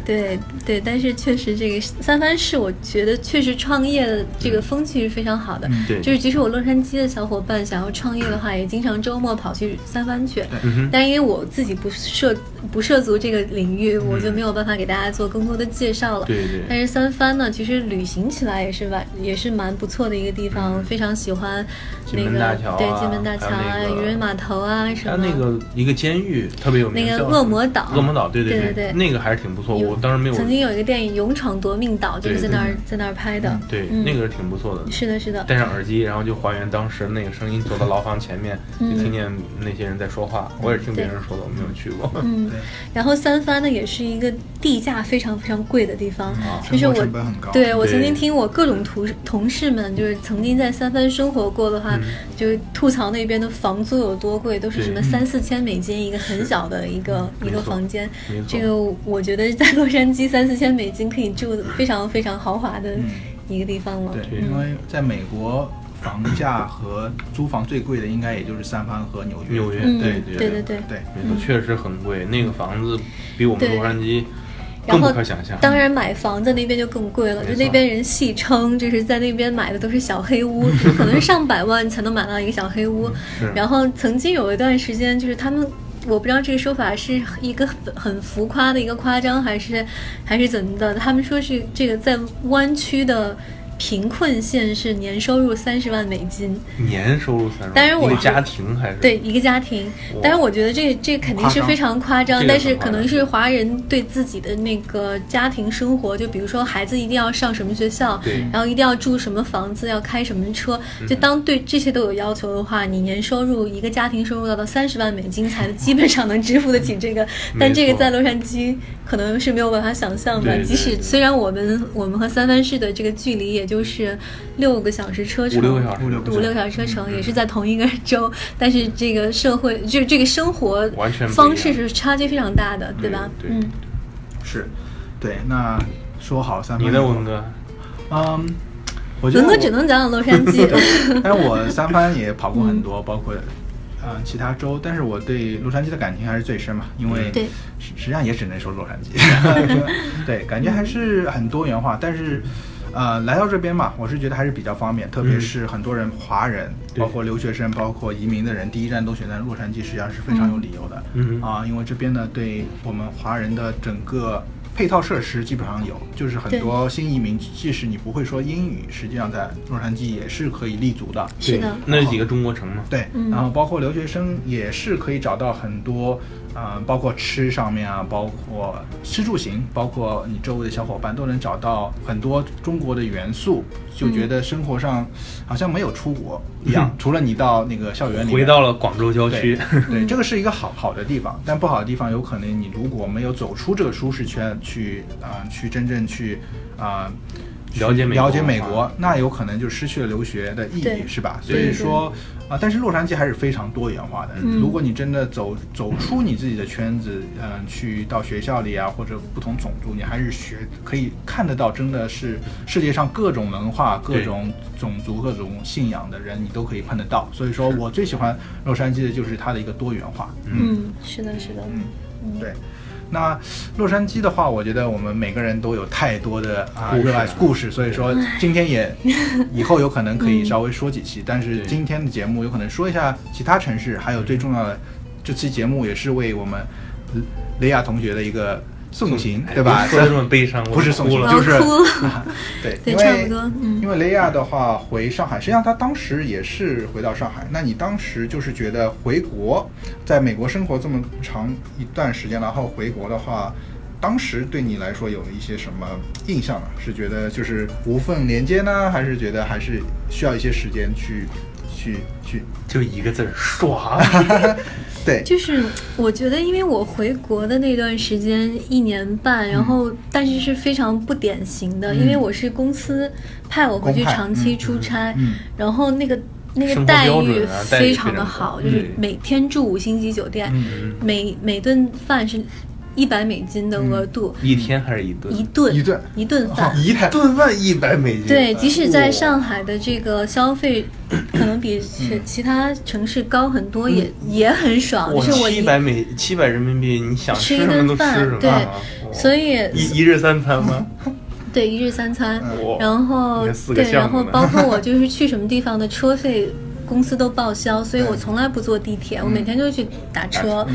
Speaker 1: 对对，但是确实这个三藩市，我觉得确实创业的这
Speaker 2: 嗯
Speaker 1: 个风气是非常好的。
Speaker 3: 嗯
Speaker 2: 对
Speaker 1: 就是即使我洛杉矶的小伙伴想要创业的话，也经常周末跑去三藩去。
Speaker 2: 嗯哼
Speaker 1: 但因为我自己不涉不涉足这个领域，我就没有办法给大家做更多的介绍了。
Speaker 2: 嗯对对
Speaker 1: 但是三藩呢，其实旅行起来也是完也是蛮不错的一个地方，非常喜欢那
Speaker 2: 嗯金
Speaker 1: 个
Speaker 2: 门大桥啊
Speaker 1: 对金门大桥啊
Speaker 2: 还、有那个
Speaker 1: 渔人码头啊什
Speaker 2: 它
Speaker 1: 么。
Speaker 2: 那个一个监狱特别有名，
Speaker 1: 那个
Speaker 2: 叫
Speaker 1: 恶魔岛
Speaker 2: 恶魔岛，对
Speaker 1: 对
Speaker 2: 对
Speaker 1: 对对
Speaker 2: 那个还是挺不错。
Speaker 1: 有
Speaker 2: 我当时没有，
Speaker 1: 曾经有一个电影《勇闯夺命岛》，就是
Speaker 2: 对
Speaker 1: 在那儿
Speaker 3: 对
Speaker 1: 在那儿拍的。
Speaker 2: 对，
Speaker 1: 嗯
Speaker 2: 那个是挺不错的。
Speaker 1: 是的，是的，
Speaker 2: 戴上耳机，然后就还原当时那个声音，走到牢房前面，就
Speaker 1: 嗯
Speaker 2: 听见那些人在说话。我也是听别人说的，我没有去过。
Speaker 1: 嗯
Speaker 3: 对。
Speaker 1: 然后三藩呢，也是一个地价非常非常贵的地方。
Speaker 3: 啊
Speaker 1: 就是
Speaker 3: 生活
Speaker 1: 我
Speaker 3: 成本很高，
Speaker 1: 对我曾经
Speaker 2: 对嗯
Speaker 1: 听我各种同事同事们，就是曾经在三藩生活过的话，就是吐槽那边的房租有多贵，都是
Speaker 2: 对
Speaker 1: 什么
Speaker 2: 嗯
Speaker 1: 三四千美金一个很小的一个一
Speaker 2: 没
Speaker 1: 个
Speaker 2: 错
Speaker 1: 房间
Speaker 2: 没。错
Speaker 1: 这个我觉得在洛杉矶三四千美金可以住得非常非常豪华的
Speaker 3: 嗯
Speaker 1: 一个地方了。
Speaker 3: 对，
Speaker 2: 对
Speaker 3: 因为在美国，房价和租房最贵的应该也就是三藩和纽约。
Speaker 2: 纽约
Speaker 1: 嗯，
Speaker 2: 对
Speaker 1: 对
Speaker 2: 对
Speaker 1: 对对
Speaker 3: 对，
Speaker 2: 没错，确实很贵。那个房子比我们
Speaker 1: 对
Speaker 2: 洛杉矶
Speaker 1: 然
Speaker 2: 更
Speaker 1: 后
Speaker 2: 不可想象。
Speaker 1: 当然买房在那边就更贵了，
Speaker 2: 没
Speaker 1: 就
Speaker 2: 错
Speaker 1: 那边人戏称，就是在那边买的都是小黑屋，可能是上百万才能买到一个小黑屋。
Speaker 2: 嗯是
Speaker 1: 然后曾经有一段时间，就是他们。我不知道这个说法是一个很很浮夸的一个夸张，还是还是怎么的？他们说是这个在湾区的贫困县是年收入三十万美金，
Speaker 2: 年收入三十万，
Speaker 1: 当然我
Speaker 2: 一个
Speaker 1: 是
Speaker 2: 家庭还是
Speaker 1: 对一个家庭
Speaker 2: 哇，
Speaker 1: 但是我觉得这这肯定是非常夸张，
Speaker 2: 夸张
Speaker 1: 但是
Speaker 2: 这个很夸
Speaker 1: 可
Speaker 2: 张
Speaker 1: 能是华人对自己的那个家庭生活，就比如说孩子一定要上什么学校，
Speaker 2: 对
Speaker 1: 然后一定要住什么房子，要开什么车，
Speaker 2: 嗯
Speaker 1: 就当对这些都有要求的话，你年收入一个家庭收入要到三十万美金才基本上能支付得起这个，但
Speaker 2: 没错
Speaker 1: 这个在洛杉矶可能是没有办法想象的，
Speaker 2: 对对
Speaker 1: 即使
Speaker 2: 对
Speaker 1: 虽然我们我们和三藩市的这个距离也就是六个小时车程，
Speaker 2: 五六个小时，嗯
Speaker 3: 五六个
Speaker 1: 五六小时车程，也是在同一个州，但是这个社会就这个生活
Speaker 2: 完全不一样
Speaker 1: 方式是差距非常大的，对吧？
Speaker 2: 对
Speaker 1: 嗯，
Speaker 3: 是，对。那说好三藩，
Speaker 2: 你的文哥，
Speaker 3: 嗯，我觉
Speaker 1: 伦
Speaker 3: 得
Speaker 1: 哥
Speaker 3: 我
Speaker 1: 只能讲讲洛 杉矶，
Speaker 3: 但是我三藩也跑过很多，包括呃其他州，但是我对洛杉矶的感情还是最深嘛，因为
Speaker 1: 对
Speaker 3: 实实际上也只能说洛 杉矶，对，感觉还是很多元化，但是。呃，来到这边嘛，我是觉得还是比较方便，特别是很多人华人，
Speaker 2: 嗯对
Speaker 3: 包括留学生，包括移民的人，第一站都选在洛杉矶，实际上是非常有理由的。
Speaker 2: 嗯
Speaker 3: 啊，因为这边呢，对我们华人的整个配套设施基本上有，就是很
Speaker 1: 对
Speaker 3: 多新移民，即使你不会说英语，实际上在洛杉矶也是可以立足的。
Speaker 1: 是
Speaker 2: 对
Speaker 1: 的，
Speaker 2: 那几个中国城嘛，
Speaker 3: 对，
Speaker 1: 嗯
Speaker 3: 然后包括留学生也是可以找到很多，呃，包括吃上面啊，包括吃住行，包括你周围的小伙伴都能找到很多中国的元素，就觉得生活上好像没有出国一 样，除了你到那个校园里面
Speaker 2: 回到了广州郊
Speaker 3: 对
Speaker 2: 区，
Speaker 3: 对，这个是一个好好的地方，但不好的地方有可能你如果没有走出这个舒适圈去啊、去真正去啊、去
Speaker 2: 了解美国
Speaker 3: 了解美
Speaker 2: 文
Speaker 3: 国
Speaker 2: 化，
Speaker 3: 那有可能就失去了留学的意
Speaker 1: 对
Speaker 3: 义，是吧？
Speaker 1: 对
Speaker 3: 所以说啊、但是洛杉矶还是非常多元化的。
Speaker 1: 嗯
Speaker 3: 如果你真的走走出你自己的圈子，嗯、去到学校里啊，或者不同种族，你还是学可以看得到，真的是世界上各种文化、各
Speaker 2: 对
Speaker 3: 种。种族、各种信仰的人，你都可以碰得到。所以说我最喜欢洛杉矶的就是它的一个多元化。
Speaker 1: 嗯，是的，是的，
Speaker 3: 嗯，对。那洛杉矶的话，我觉得我们每个人都有太多的啊
Speaker 2: 故事啊
Speaker 3: 热爱故事，所以说今天也以后有可能可以稍微说几期，但是
Speaker 2: 对
Speaker 3: 今天的节目有可能说一下其他城市，还有最重要的，这期节目也是为我们呃雷亚同学的一个送行，对吧？
Speaker 2: 哎说的这么悲伤，
Speaker 3: 不是送
Speaker 2: 我哭
Speaker 3: 行，
Speaker 2: 了，
Speaker 3: 就
Speaker 1: 我
Speaker 3: 是
Speaker 1: 要哭了
Speaker 3: 对，
Speaker 1: 对
Speaker 3: 因
Speaker 1: 差不
Speaker 3: 为
Speaker 1: 多嗯
Speaker 3: 因为雷亚的话回上海，实际上他当时也是回到上海。那你当时就是觉得回国，在美国生活这么长一段时间，然后回国的话，当时对你来说有一些什么印象呢？是觉得就是无缝连接呢，还是觉得还是需要一些时间去去去？
Speaker 2: 就一个字儿爽。
Speaker 3: 对，
Speaker 1: 就是我觉得，因为我回国的那段时间一年半，然后但是是非常不典型的，
Speaker 3: 嗯
Speaker 1: 因为我是公司派我回去
Speaker 3: 公派
Speaker 1: 长期出差，
Speaker 3: 嗯嗯
Speaker 1: 然后那个。那个
Speaker 2: 生活
Speaker 1: 待
Speaker 2: 标
Speaker 1: 遇
Speaker 2: 准啊待遇
Speaker 1: 非常
Speaker 2: 非
Speaker 1: 的
Speaker 2: 常
Speaker 1: 好，
Speaker 2: 高
Speaker 1: 就是
Speaker 2: 对
Speaker 1: 每天住五星级酒店，
Speaker 3: 嗯
Speaker 1: 每每顿饭是一百美金的额度，
Speaker 2: 一天还是一顿？
Speaker 1: 一顿
Speaker 3: 一顿
Speaker 1: 一顿饭，
Speaker 2: 一顿饭一百美金。
Speaker 1: 对，即使在上
Speaker 2: 哇，
Speaker 1: 海的这个消费可能比其其他城市高很多，也也很爽，
Speaker 2: 我
Speaker 1: 就是我一
Speaker 2: 七百美七百人民币，你想
Speaker 1: 吃
Speaker 2: 吃
Speaker 1: 一
Speaker 2: 什么
Speaker 1: 顿
Speaker 2: 都吃什
Speaker 1: 饭，
Speaker 2: 么，
Speaker 1: 对
Speaker 2: 啊，
Speaker 1: 所以
Speaker 2: 一一日三餐 吗？
Speaker 1: 对一日三餐，
Speaker 2: 哇
Speaker 1: 然后
Speaker 2: 你看四个
Speaker 1: 对，然
Speaker 2: 项
Speaker 1: 后
Speaker 2: 目呢
Speaker 1: 包括我就是去什么地方的车费公司都报销，所以
Speaker 3: 对
Speaker 1: 我从来不坐地铁，
Speaker 2: 嗯
Speaker 1: 我每天就去打车。
Speaker 2: 哦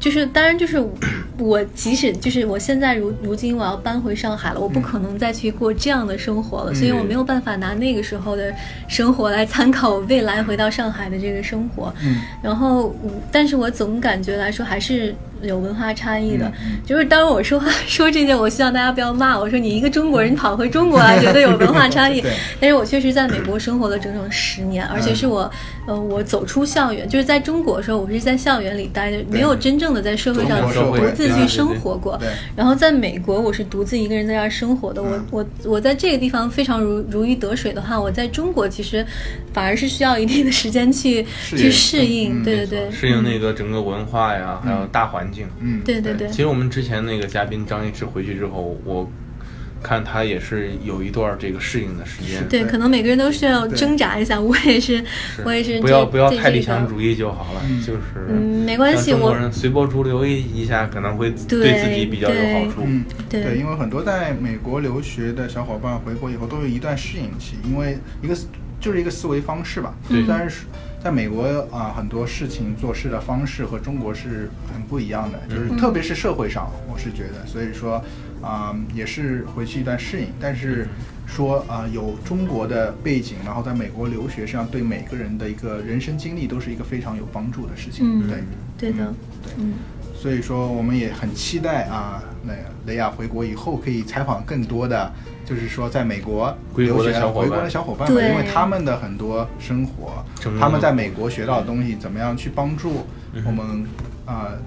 Speaker 1: 就是，当然，就是我我即使就是我现在如如今我要搬回上海了，我
Speaker 2: 嗯
Speaker 1: 不可能再去过这样的生活了，所以我没有办法拿那个时候的生活来参考我未来回到上海的这个生活。
Speaker 3: 嗯
Speaker 1: 然后我，但是我总感觉来说还是有文化差异的。
Speaker 3: 嗯
Speaker 1: 就是当我说话说这些，我希望大家不要骂我说你一个中国人跑回中国来，觉得有文化差异
Speaker 3: 嗯对。嗯
Speaker 1: 但是我确实在美国生活了整整十年，而且是我，呃，我走出校园，就是在中国的时候，我是在校园里待着，没有真正的在社会上
Speaker 3: 中国社会
Speaker 1: 独自去
Speaker 3: 对对
Speaker 1: 生活过。
Speaker 3: 对
Speaker 1: 然后在美国，我是独自一个人在这儿生活的。我
Speaker 3: 嗯
Speaker 1: 我我在这个地方非常如如鱼得水的话，我在中国其实反而是需要一定的时间去
Speaker 2: 适
Speaker 1: 去
Speaker 2: 应
Speaker 1: 适应。
Speaker 3: 嗯
Speaker 1: 对
Speaker 3: 没
Speaker 1: 对对，
Speaker 2: 适应那个整个文化呀，还有大环境。
Speaker 3: 嗯，
Speaker 1: 对对对
Speaker 2: 其实我们之前那个嘉宾张一驰回去之后，我看他也是有一段这个适应的时间。
Speaker 1: 对，
Speaker 3: 对
Speaker 1: 可能每个人都需要挣扎一下。我也是，
Speaker 2: 是
Speaker 1: 我也是这。
Speaker 2: 不要不要
Speaker 1: 这
Speaker 2: 太
Speaker 1: 这
Speaker 2: 理
Speaker 1: 个
Speaker 2: 想主义就好了，
Speaker 3: 嗯
Speaker 2: 就是
Speaker 1: 嗯没关系
Speaker 2: 像中国
Speaker 1: 我
Speaker 2: 人随波逐流一下，可能会
Speaker 1: 对
Speaker 2: 自己比较有好处。
Speaker 3: 嗯，
Speaker 1: 对
Speaker 3: 因为很多在美国留学的小伙伴回国以后都有一段适应期，因为一个思就是一个思维方式吧。
Speaker 2: 对
Speaker 3: 但是在美国啊、很多事情做事的方式和中国是很不一样的，就是
Speaker 1: 嗯
Speaker 3: 特别是社会上，我是觉得，所以说啊、也是回去一段适应，但是。说啊、有中国的背景，然后在美国留学，实际上对每个人的一个人生经历都是一个非常有帮助的事情。
Speaker 1: 嗯
Speaker 3: 对，
Speaker 1: 对的，嗯，
Speaker 3: 所以说，我们也很期待啊，那个雷亚回国以后可以采访更多的，就是说在美国
Speaker 2: 归
Speaker 3: 留
Speaker 2: 国的
Speaker 3: 学啊
Speaker 2: 小伙伴
Speaker 3: 回国的小伙伴们，
Speaker 1: 对
Speaker 3: 因为他们的很多生活
Speaker 2: 整，个
Speaker 3: 他们在美国学到的东西，怎么样去帮助
Speaker 2: 嗯
Speaker 3: 我们啊、呃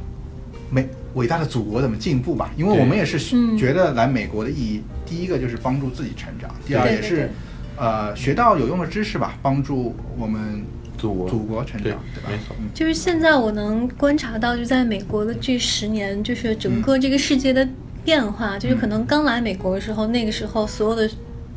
Speaker 3: 美伟大的祖国怎么进步吧？因为
Speaker 2: 对
Speaker 3: 我们也是
Speaker 1: 嗯
Speaker 3: 觉得来美国的意义，第一个就是帮助自己成长，第二
Speaker 1: 对
Speaker 3: 也
Speaker 1: 对
Speaker 3: 是
Speaker 1: 对
Speaker 3: 呃学到有用的知识吧，帮助我们
Speaker 2: 祖国
Speaker 3: 祖国成长，
Speaker 2: 对
Speaker 3: 对吧？
Speaker 2: 没错
Speaker 3: 嗯
Speaker 1: 就是现在我能观察到，就在美国的这十年，就是整个这个世界的变
Speaker 2: 嗯
Speaker 1: 化，就是可能刚来美国的时候，那个时候所有的。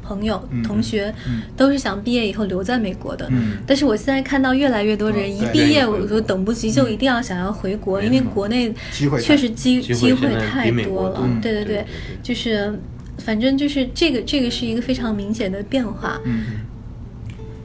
Speaker 1: 朋友、
Speaker 3: 嗯
Speaker 1: 同学、
Speaker 3: 嗯
Speaker 1: 都是想毕业以后留在美国的，
Speaker 3: 嗯
Speaker 1: 但是我现在看到越来越多的人
Speaker 3: 嗯
Speaker 1: 一
Speaker 3: 对
Speaker 1: 毕业，
Speaker 2: 愿意回
Speaker 1: 我
Speaker 2: 国
Speaker 1: 就等不及，就一定要想要回国，
Speaker 2: 没
Speaker 1: 因为
Speaker 2: 嗯错
Speaker 1: 国内
Speaker 3: 机会
Speaker 1: 确实机
Speaker 2: 机会
Speaker 1: 机会
Speaker 2: 现在比
Speaker 1: 太
Speaker 2: 美
Speaker 1: 多
Speaker 2: 国
Speaker 1: 了
Speaker 2: 多，嗯
Speaker 1: 对对
Speaker 2: 对对对
Speaker 1: 就是反正就是这个这个是一个非常明显的变化，
Speaker 3: 嗯，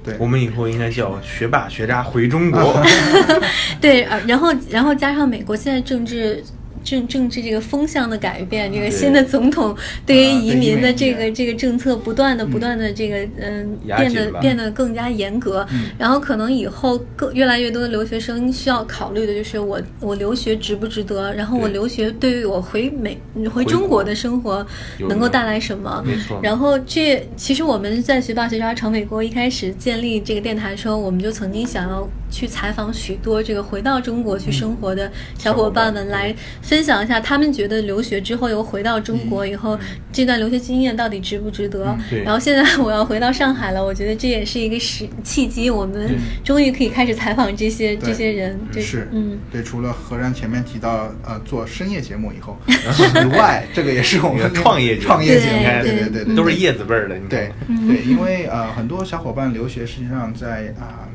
Speaker 3: 对，
Speaker 2: 我们以后应该叫学霸学渣回中国。
Speaker 3: 嗯
Speaker 1: 对，呃然后然后加上美国现在政治。政政治这个风向的改变，这个
Speaker 2: 对
Speaker 1: 新的总统对于
Speaker 3: 啊对
Speaker 1: 移
Speaker 3: 移
Speaker 1: 民的
Speaker 3: 民
Speaker 1: 这个
Speaker 3: 对
Speaker 1: 这个政策，不断的不断的这个嗯，
Speaker 2: 压
Speaker 1: 变
Speaker 2: 紧
Speaker 1: 得
Speaker 2: 吧
Speaker 1: 变得更加严格。然后可能以后更越来越多的留学生需要考虑的就是我我留学值不值得，然后我
Speaker 2: 对
Speaker 1: 留学对于我回美回
Speaker 2: 回
Speaker 1: 中国
Speaker 2: 国
Speaker 1: 的生活
Speaker 2: 有
Speaker 1: 能够
Speaker 2: 用
Speaker 1: 带来什么？
Speaker 2: 没错
Speaker 1: 然后这其实我们在学霸学渣闯美国一开始建立这个电台的时候，我们就曾经想要去采访许多这个回到中国去生活的小伙伴们，来分享一下他们觉得留学之后又回到中国以后、这段留学经验到底值不值得。
Speaker 2: 对
Speaker 1: 然后现在我要回到上海了，我觉得这也是一个时契机，我们终于可以开始采访这些这
Speaker 3: 对
Speaker 1: 些人。这
Speaker 3: 是，
Speaker 1: 嗯。
Speaker 3: 对，除了何然前面提到呃做深夜节目以 后以外，这个也是我们
Speaker 2: 一个创业节目
Speaker 3: 创业节目，
Speaker 1: 对对
Speaker 3: 对
Speaker 1: 嗯
Speaker 3: 对对对，
Speaker 2: 都是叶子辈儿的，你知道
Speaker 3: 对
Speaker 2: 吗
Speaker 3: 对，因为呃很多小伙伴留学实际上在啊、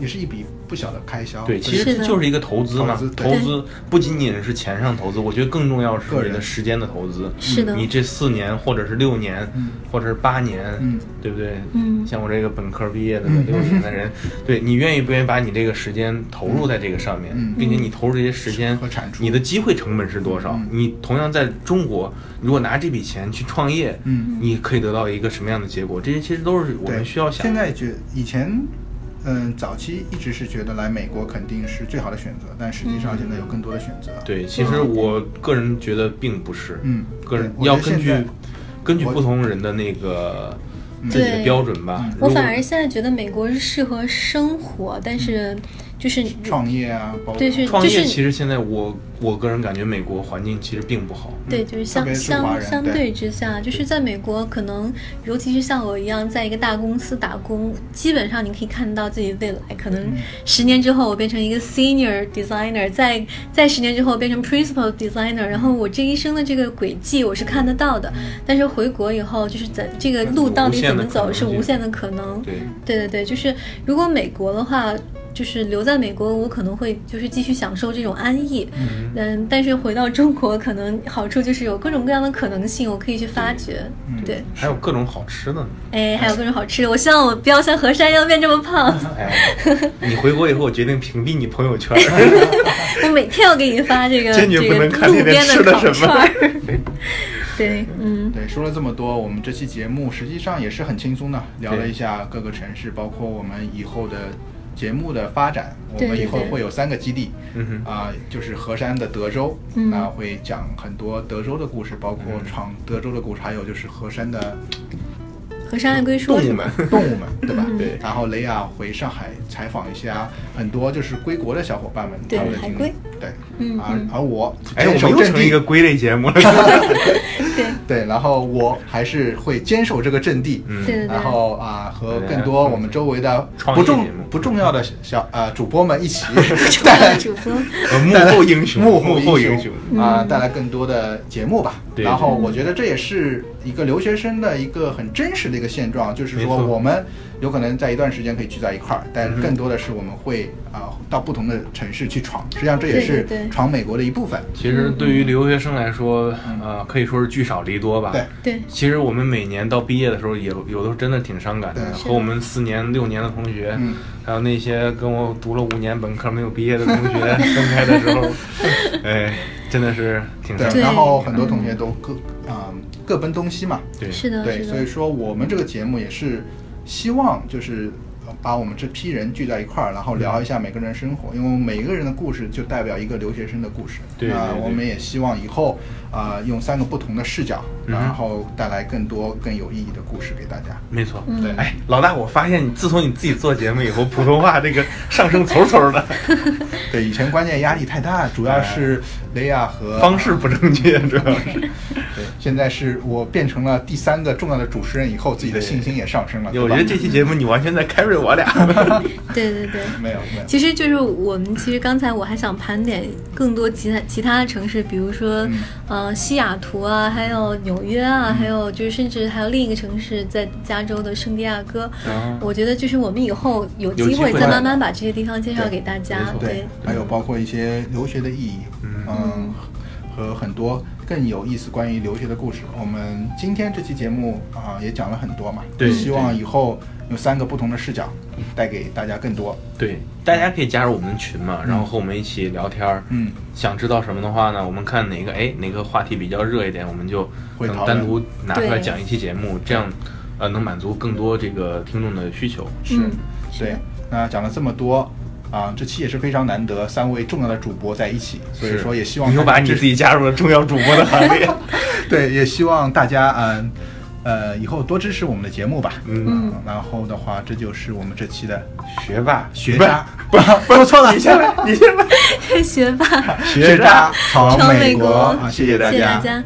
Speaker 3: 也是一笔不小的开销，
Speaker 2: 对，其
Speaker 1: 是
Speaker 2: 实
Speaker 1: 的
Speaker 2: 就是一个投资嘛
Speaker 3: 投资，对
Speaker 2: 投资不仅仅是钱上投资，我觉得更重要是
Speaker 3: 个
Speaker 2: 你
Speaker 3: 人
Speaker 2: 的时间的投资。
Speaker 1: 嗯是的
Speaker 2: 你这四年或者是六年
Speaker 3: 嗯，
Speaker 2: 或者是八年
Speaker 3: 嗯，
Speaker 2: 对不对？
Speaker 1: 嗯
Speaker 2: 像我这个本科毕业的六年的人，对你愿意不愿意把你这个时间投入在这个上面
Speaker 3: 嗯，
Speaker 2: 并且你投入这些时间
Speaker 3: 和产出
Speaker 2: 你的机会成本是多少
Speaker 3: 嗯？
Speaker 2: 你同样在中国，如果拿这笔钱去创业，
Speaker 3: 嗯
Speaker 2: 你可以得到一个什么样的结果？这些其实都是我
Speaker 3: 对，
Speaker 2: 们需要想
Speaker 3: 现
Speaker 2: 的。
Speaker 3: 在觉以前，嗯，早期一直是觉得来美国肯定是最好的选择，但实际
Speaker 1: 嗯
Speaker 3: 上现在有更多的选择，
Speaker 2: 对，其实我个人觉得并不是，
Speaker 3: 嗯
Speaker 2: 个人
Speaker 3: 对
Speaker 2: 要
Speaker 3: 我觉得
Speaker 2: 根
Speaker 3: 现
Speaker 2: 据
Speaker 3: 在
Speaker 2: 根据
Speaker 3: 我嗯
Speaker 2: 不同人的那个自己
Speaker 1: 对
Speaker 2: 的标准吧。
Speaker 1: 我
Speaker 2: 如果
Speaker 1: 反而现在觉得美国是适合生活，但是就是
Speaker 3: 创业啊，包括
Speaker 1: 对是
Speaker 2: 创
Speaker 1: 就
Speaker 2: 业，
Speaker 1: 是
Speaker 2: 其实现在我我个人感觉美国环境其实并
Speaker 3: 嗯
Speaker 2: 不好。
Speaker 1: 对，就是
Speaker 3: 特
Speaker 1: 相
Speaker 3: 别是华
Speaker 1: 相
Speaker 3: 人
Speaker 1: 相
Speaker 3: 对
Speaker 1: 对之下，就是在美国，可能尤其是像我一样，在一个大公司打工，基本上你可以看到自己未来。可
Speaker 3: 嗯
Speaker 1: 能十年之后，我变成一个 senior designer，在在十年之后变成 principal designer，然后我这一生的这个轨迹我是看得到的。但是回国以后，就是在这个路到底怎么走是无限的可能。
Speaker 2: 对，
Speaker 1: 对对对，就是如果美国的话，就是留在美国，我可能会就是继续享受这种安逸。嗯，但是回到中国，可能好处就是有各种各样的可能性，我可以去发掘。对，
Speaker 2: 还有各种好吃 的呢。
Speaker 1: 哎，还有各种好吃的。我希望我不要像何山一样变这么 胖。
Speaker 2: 哎，你回国以后，我决定屏蔽你朋友圈。
Speaker 1: 我每天要给你发这个
Speaker 2: 坚决
Speaker 1: 这个
Speaker 2: 不能看
Speaker 1: 路
Speaker 2: 那边
Speaker 1: 边
Speaker 2: 吃的
Speaker 1: 烤
Speaker 2: 什么
Speaker 1: 串儿。 对，嗯。
Speaker 3: 对，说了这么多，我们这期节目实际上也是很轻松的，聊了一下各个城市，包括我们以后的节目的发展。我
Speaker 1: 对
Speaker 3: 们以后
Speaker 1: 对
Speaker 3: 会有三个基地，
Speaker 2: 嗯
Speaker 3: 啊、就是河山的德州，
Speaker 1: 嗯
Speaker 3: 那会讲很多德州的故事，包括闯德州的故事，还有就是河山的
Speaker 1: 和山爱归说
Speaker 2: 动
Speaker 1: 是
Speaker 2: 物
Speaker 1: 吗？
Speaker 2: 们，
Speaker 3: 动物们，对吧？
Speaker 1: 嗯
Speaker 3: 对。然后雷亚回上海采访一下很多就是归国的小伙伴们
Speaker 1: 对
Speaker 3: 他们的经
Speaker 1: 海
Speaker 3: 历
Speaker 1: 归，
Speaker 3: 对，
Speaker 1: 嗯
Speaker 3: 而
Speaker 1: 嗯
Speaker 3: 而我
Speaker 2: 哎，
Speaker 3: 坚
Speaker 2: 我们
Speaker 3: 守
Speaker 2: 又
Speaker 3: 阵
Speaker 2: 成一
Speaker 3: 地
Speaker 2: 个，归类节目了。
Speaker 1: 对
Speaker 3: 对，然后我还是会坚守这个阵地，
Speaker 2: 嗯
Speaker 1: 对对对。
Speaker 3: 然后啊，和
Speaker 2: 对
Speaker 3: 更多我们周围的
Speaker 2: 创
Speaker 3: 不
Speaker 2: 意
Speaker 3: 重
Speaker 2: 节目
Speaker 3: 不重要的小呃主播们一 起带
Speaker 1: 对
Speaker 3: 来
Speaker 1: 主播，
Speaker 2: 呃幕后英雄，
Speaker 3: 幕
Speaker 2: 幕
Speaker 3: 后
Speaker 2: 后英雄。
Speaker 3: 啊，带来更多的节目吧。
Speaker 2: 对
Speaker 3: 然后我觉得这也是一个留学生的一个很真实的一个现状，就是
Speaker 2: 没
Speaker 3: 说
Speaker 2: 错嗯
Speaker 3: 我们有可能在一段时间可以聚在一块儿，但是更多的是我们会啊、到不同的城市去闯，实际上这也
Speaker 1: 对
Speaker 3: 是
Speaker 1: 对对
Speaker 3: 闯美国的一部分。
Speaker 2: 其实对于留学生来说，呃，可以说是聚少离多吧。
Speaker 3: 对
Speaker 1: 对
Speaker 2: 其实我们每年到毕业的时候也，有有的时候真的挺伤感的
Speaker 3: 对。
Speaker 1: 是
Speaker 2: 和我们四年、六年的同学，
Speaker 3: 嗯
Speaker 2: 还有那些跟我读了五年本科没有毕业的同学， 分开的时候，哎，真的是挺伤
Speaker 3: 对，
Speaker 2: 感。
Speaker 3: 然后很多同学都各啊、各奔东西嘛。
Speaker 2: 对，
Speaker 1: 嗯是的，
Speaker 3: 对，
Speaker 1: 是
Speaker 3: 所以
Speaker 1: 的，
Speaker 3: 说我们这个节目也是希望就是呃把我们这批人聚在一块儿，然后
Speaker 2: 嗯
Speaker 3: 聊一下每个人生活，因为我们每一个人的故事就代表一个留学生的故事。
Speaker 2: 对
Speaker 3: 那
Speaker 2: 对对
Speaker 3: 我们也希望以后啊、呃用三个不同的视角，
Speaker 2: 嗯哼
Speaker 3: 然后带来更多更有意义的故事给大家。
Speaker 2: 没错。
Speaker 1: 嗯
Speaker 3: 对
Speaker 2: 哎，老大，我发现你自从你自己做节目以后，普通话这个上升嗖 嗖的，
Speaker 3: 对，以前观念压力太大，主要是雷亚和
Speaker 2: 哎方式不正确，主要 是
Speaker 3: 对，现在是我变成了第三个重要的主持人以后，自己的信心也上升了。
Speaker 2: 我
Speaker 3: 对
Speaker 2: 觉
Speaker 3: 吧
Speaker 2: 得这期节目你完全在 carry 我俩。
Speaker 1: 对对对。
Speaker 3: 没有没有。
Speaker 1: 其实就是我们，其实刚才我还想盘点更多其他其他的城市，比如说，
Speaker 3: 嗯
Speaker 1: 呃，西雅图啊，还有纽约啊，还有就是甚至还有另一个城市在加州的圣地亚哥。
Speaker 2: 啊
Speaker 1: 我觉得就是我们以后有
Speaker 2: 有机
Speaker 1: 机会
Speaker 2: 会
Speaker 1: 再慢慢把这些地方介绍
Speaker 3: 对
Speaker 1: 给大
Speaker 2: 没
Speaker 1: 家
Speaker 2: 错。
Speaker 3: 对
Speaker 1: 啊对，，
Speaker 3: 还有包括一些留学的意义，
Speaker 2: 嗯
Speaker 3: 和很多更有意思关于留学的故事。我们今天这期节目啊、也讲了很多嘛，
Speaker 2: 对
Speaker 3: 希望以后有三个不同的视角带给大家更多。
Speaker 2: 对，大家可以加入我们的群嘛，然后和我们一起聊天儿。
Speaker 3: 嗯，
Speaker 2: 想知道什么的话呢，我们看哪个哎哪个话题比较热一点，我们就
Speaker 3: 会讨论
Speaker 2: 能单独拿出来
Speaker 1: 对
Speaker 2: 讲一期节目，这样呃能满足更多这个听众的需求。
Speaker 3: 是，
Speaker 1: 嗯
Speaker 3: 对。那讲了这么多啊、这期也是非常难得，三位重要的主播在一起，所以
Speaker 2: 是
Speaker 3: 说也希望
Speaker 2: 你又把你自己加入了重要主播的行列。
Speaker 3: 对，也希望大家嗯呃以后多支持我们的节目吧。
Speaker 2: 嗯，
Speaker 3: 啊然后的话，这就是我们这期的
Speaker 2: 学霸，
Speaker 3: 学渣，
Speaker 2: 不是，不是错了，你先来，你先来。
Speaker 1: 嗯 学霸，
Speaker 3: 学渣闯
Speaker 1: 闯美
Speaker 3: 美
Speaker 1: 国
Speaker 3: 啊！谢谢
Speaker 1: 谢谢大家。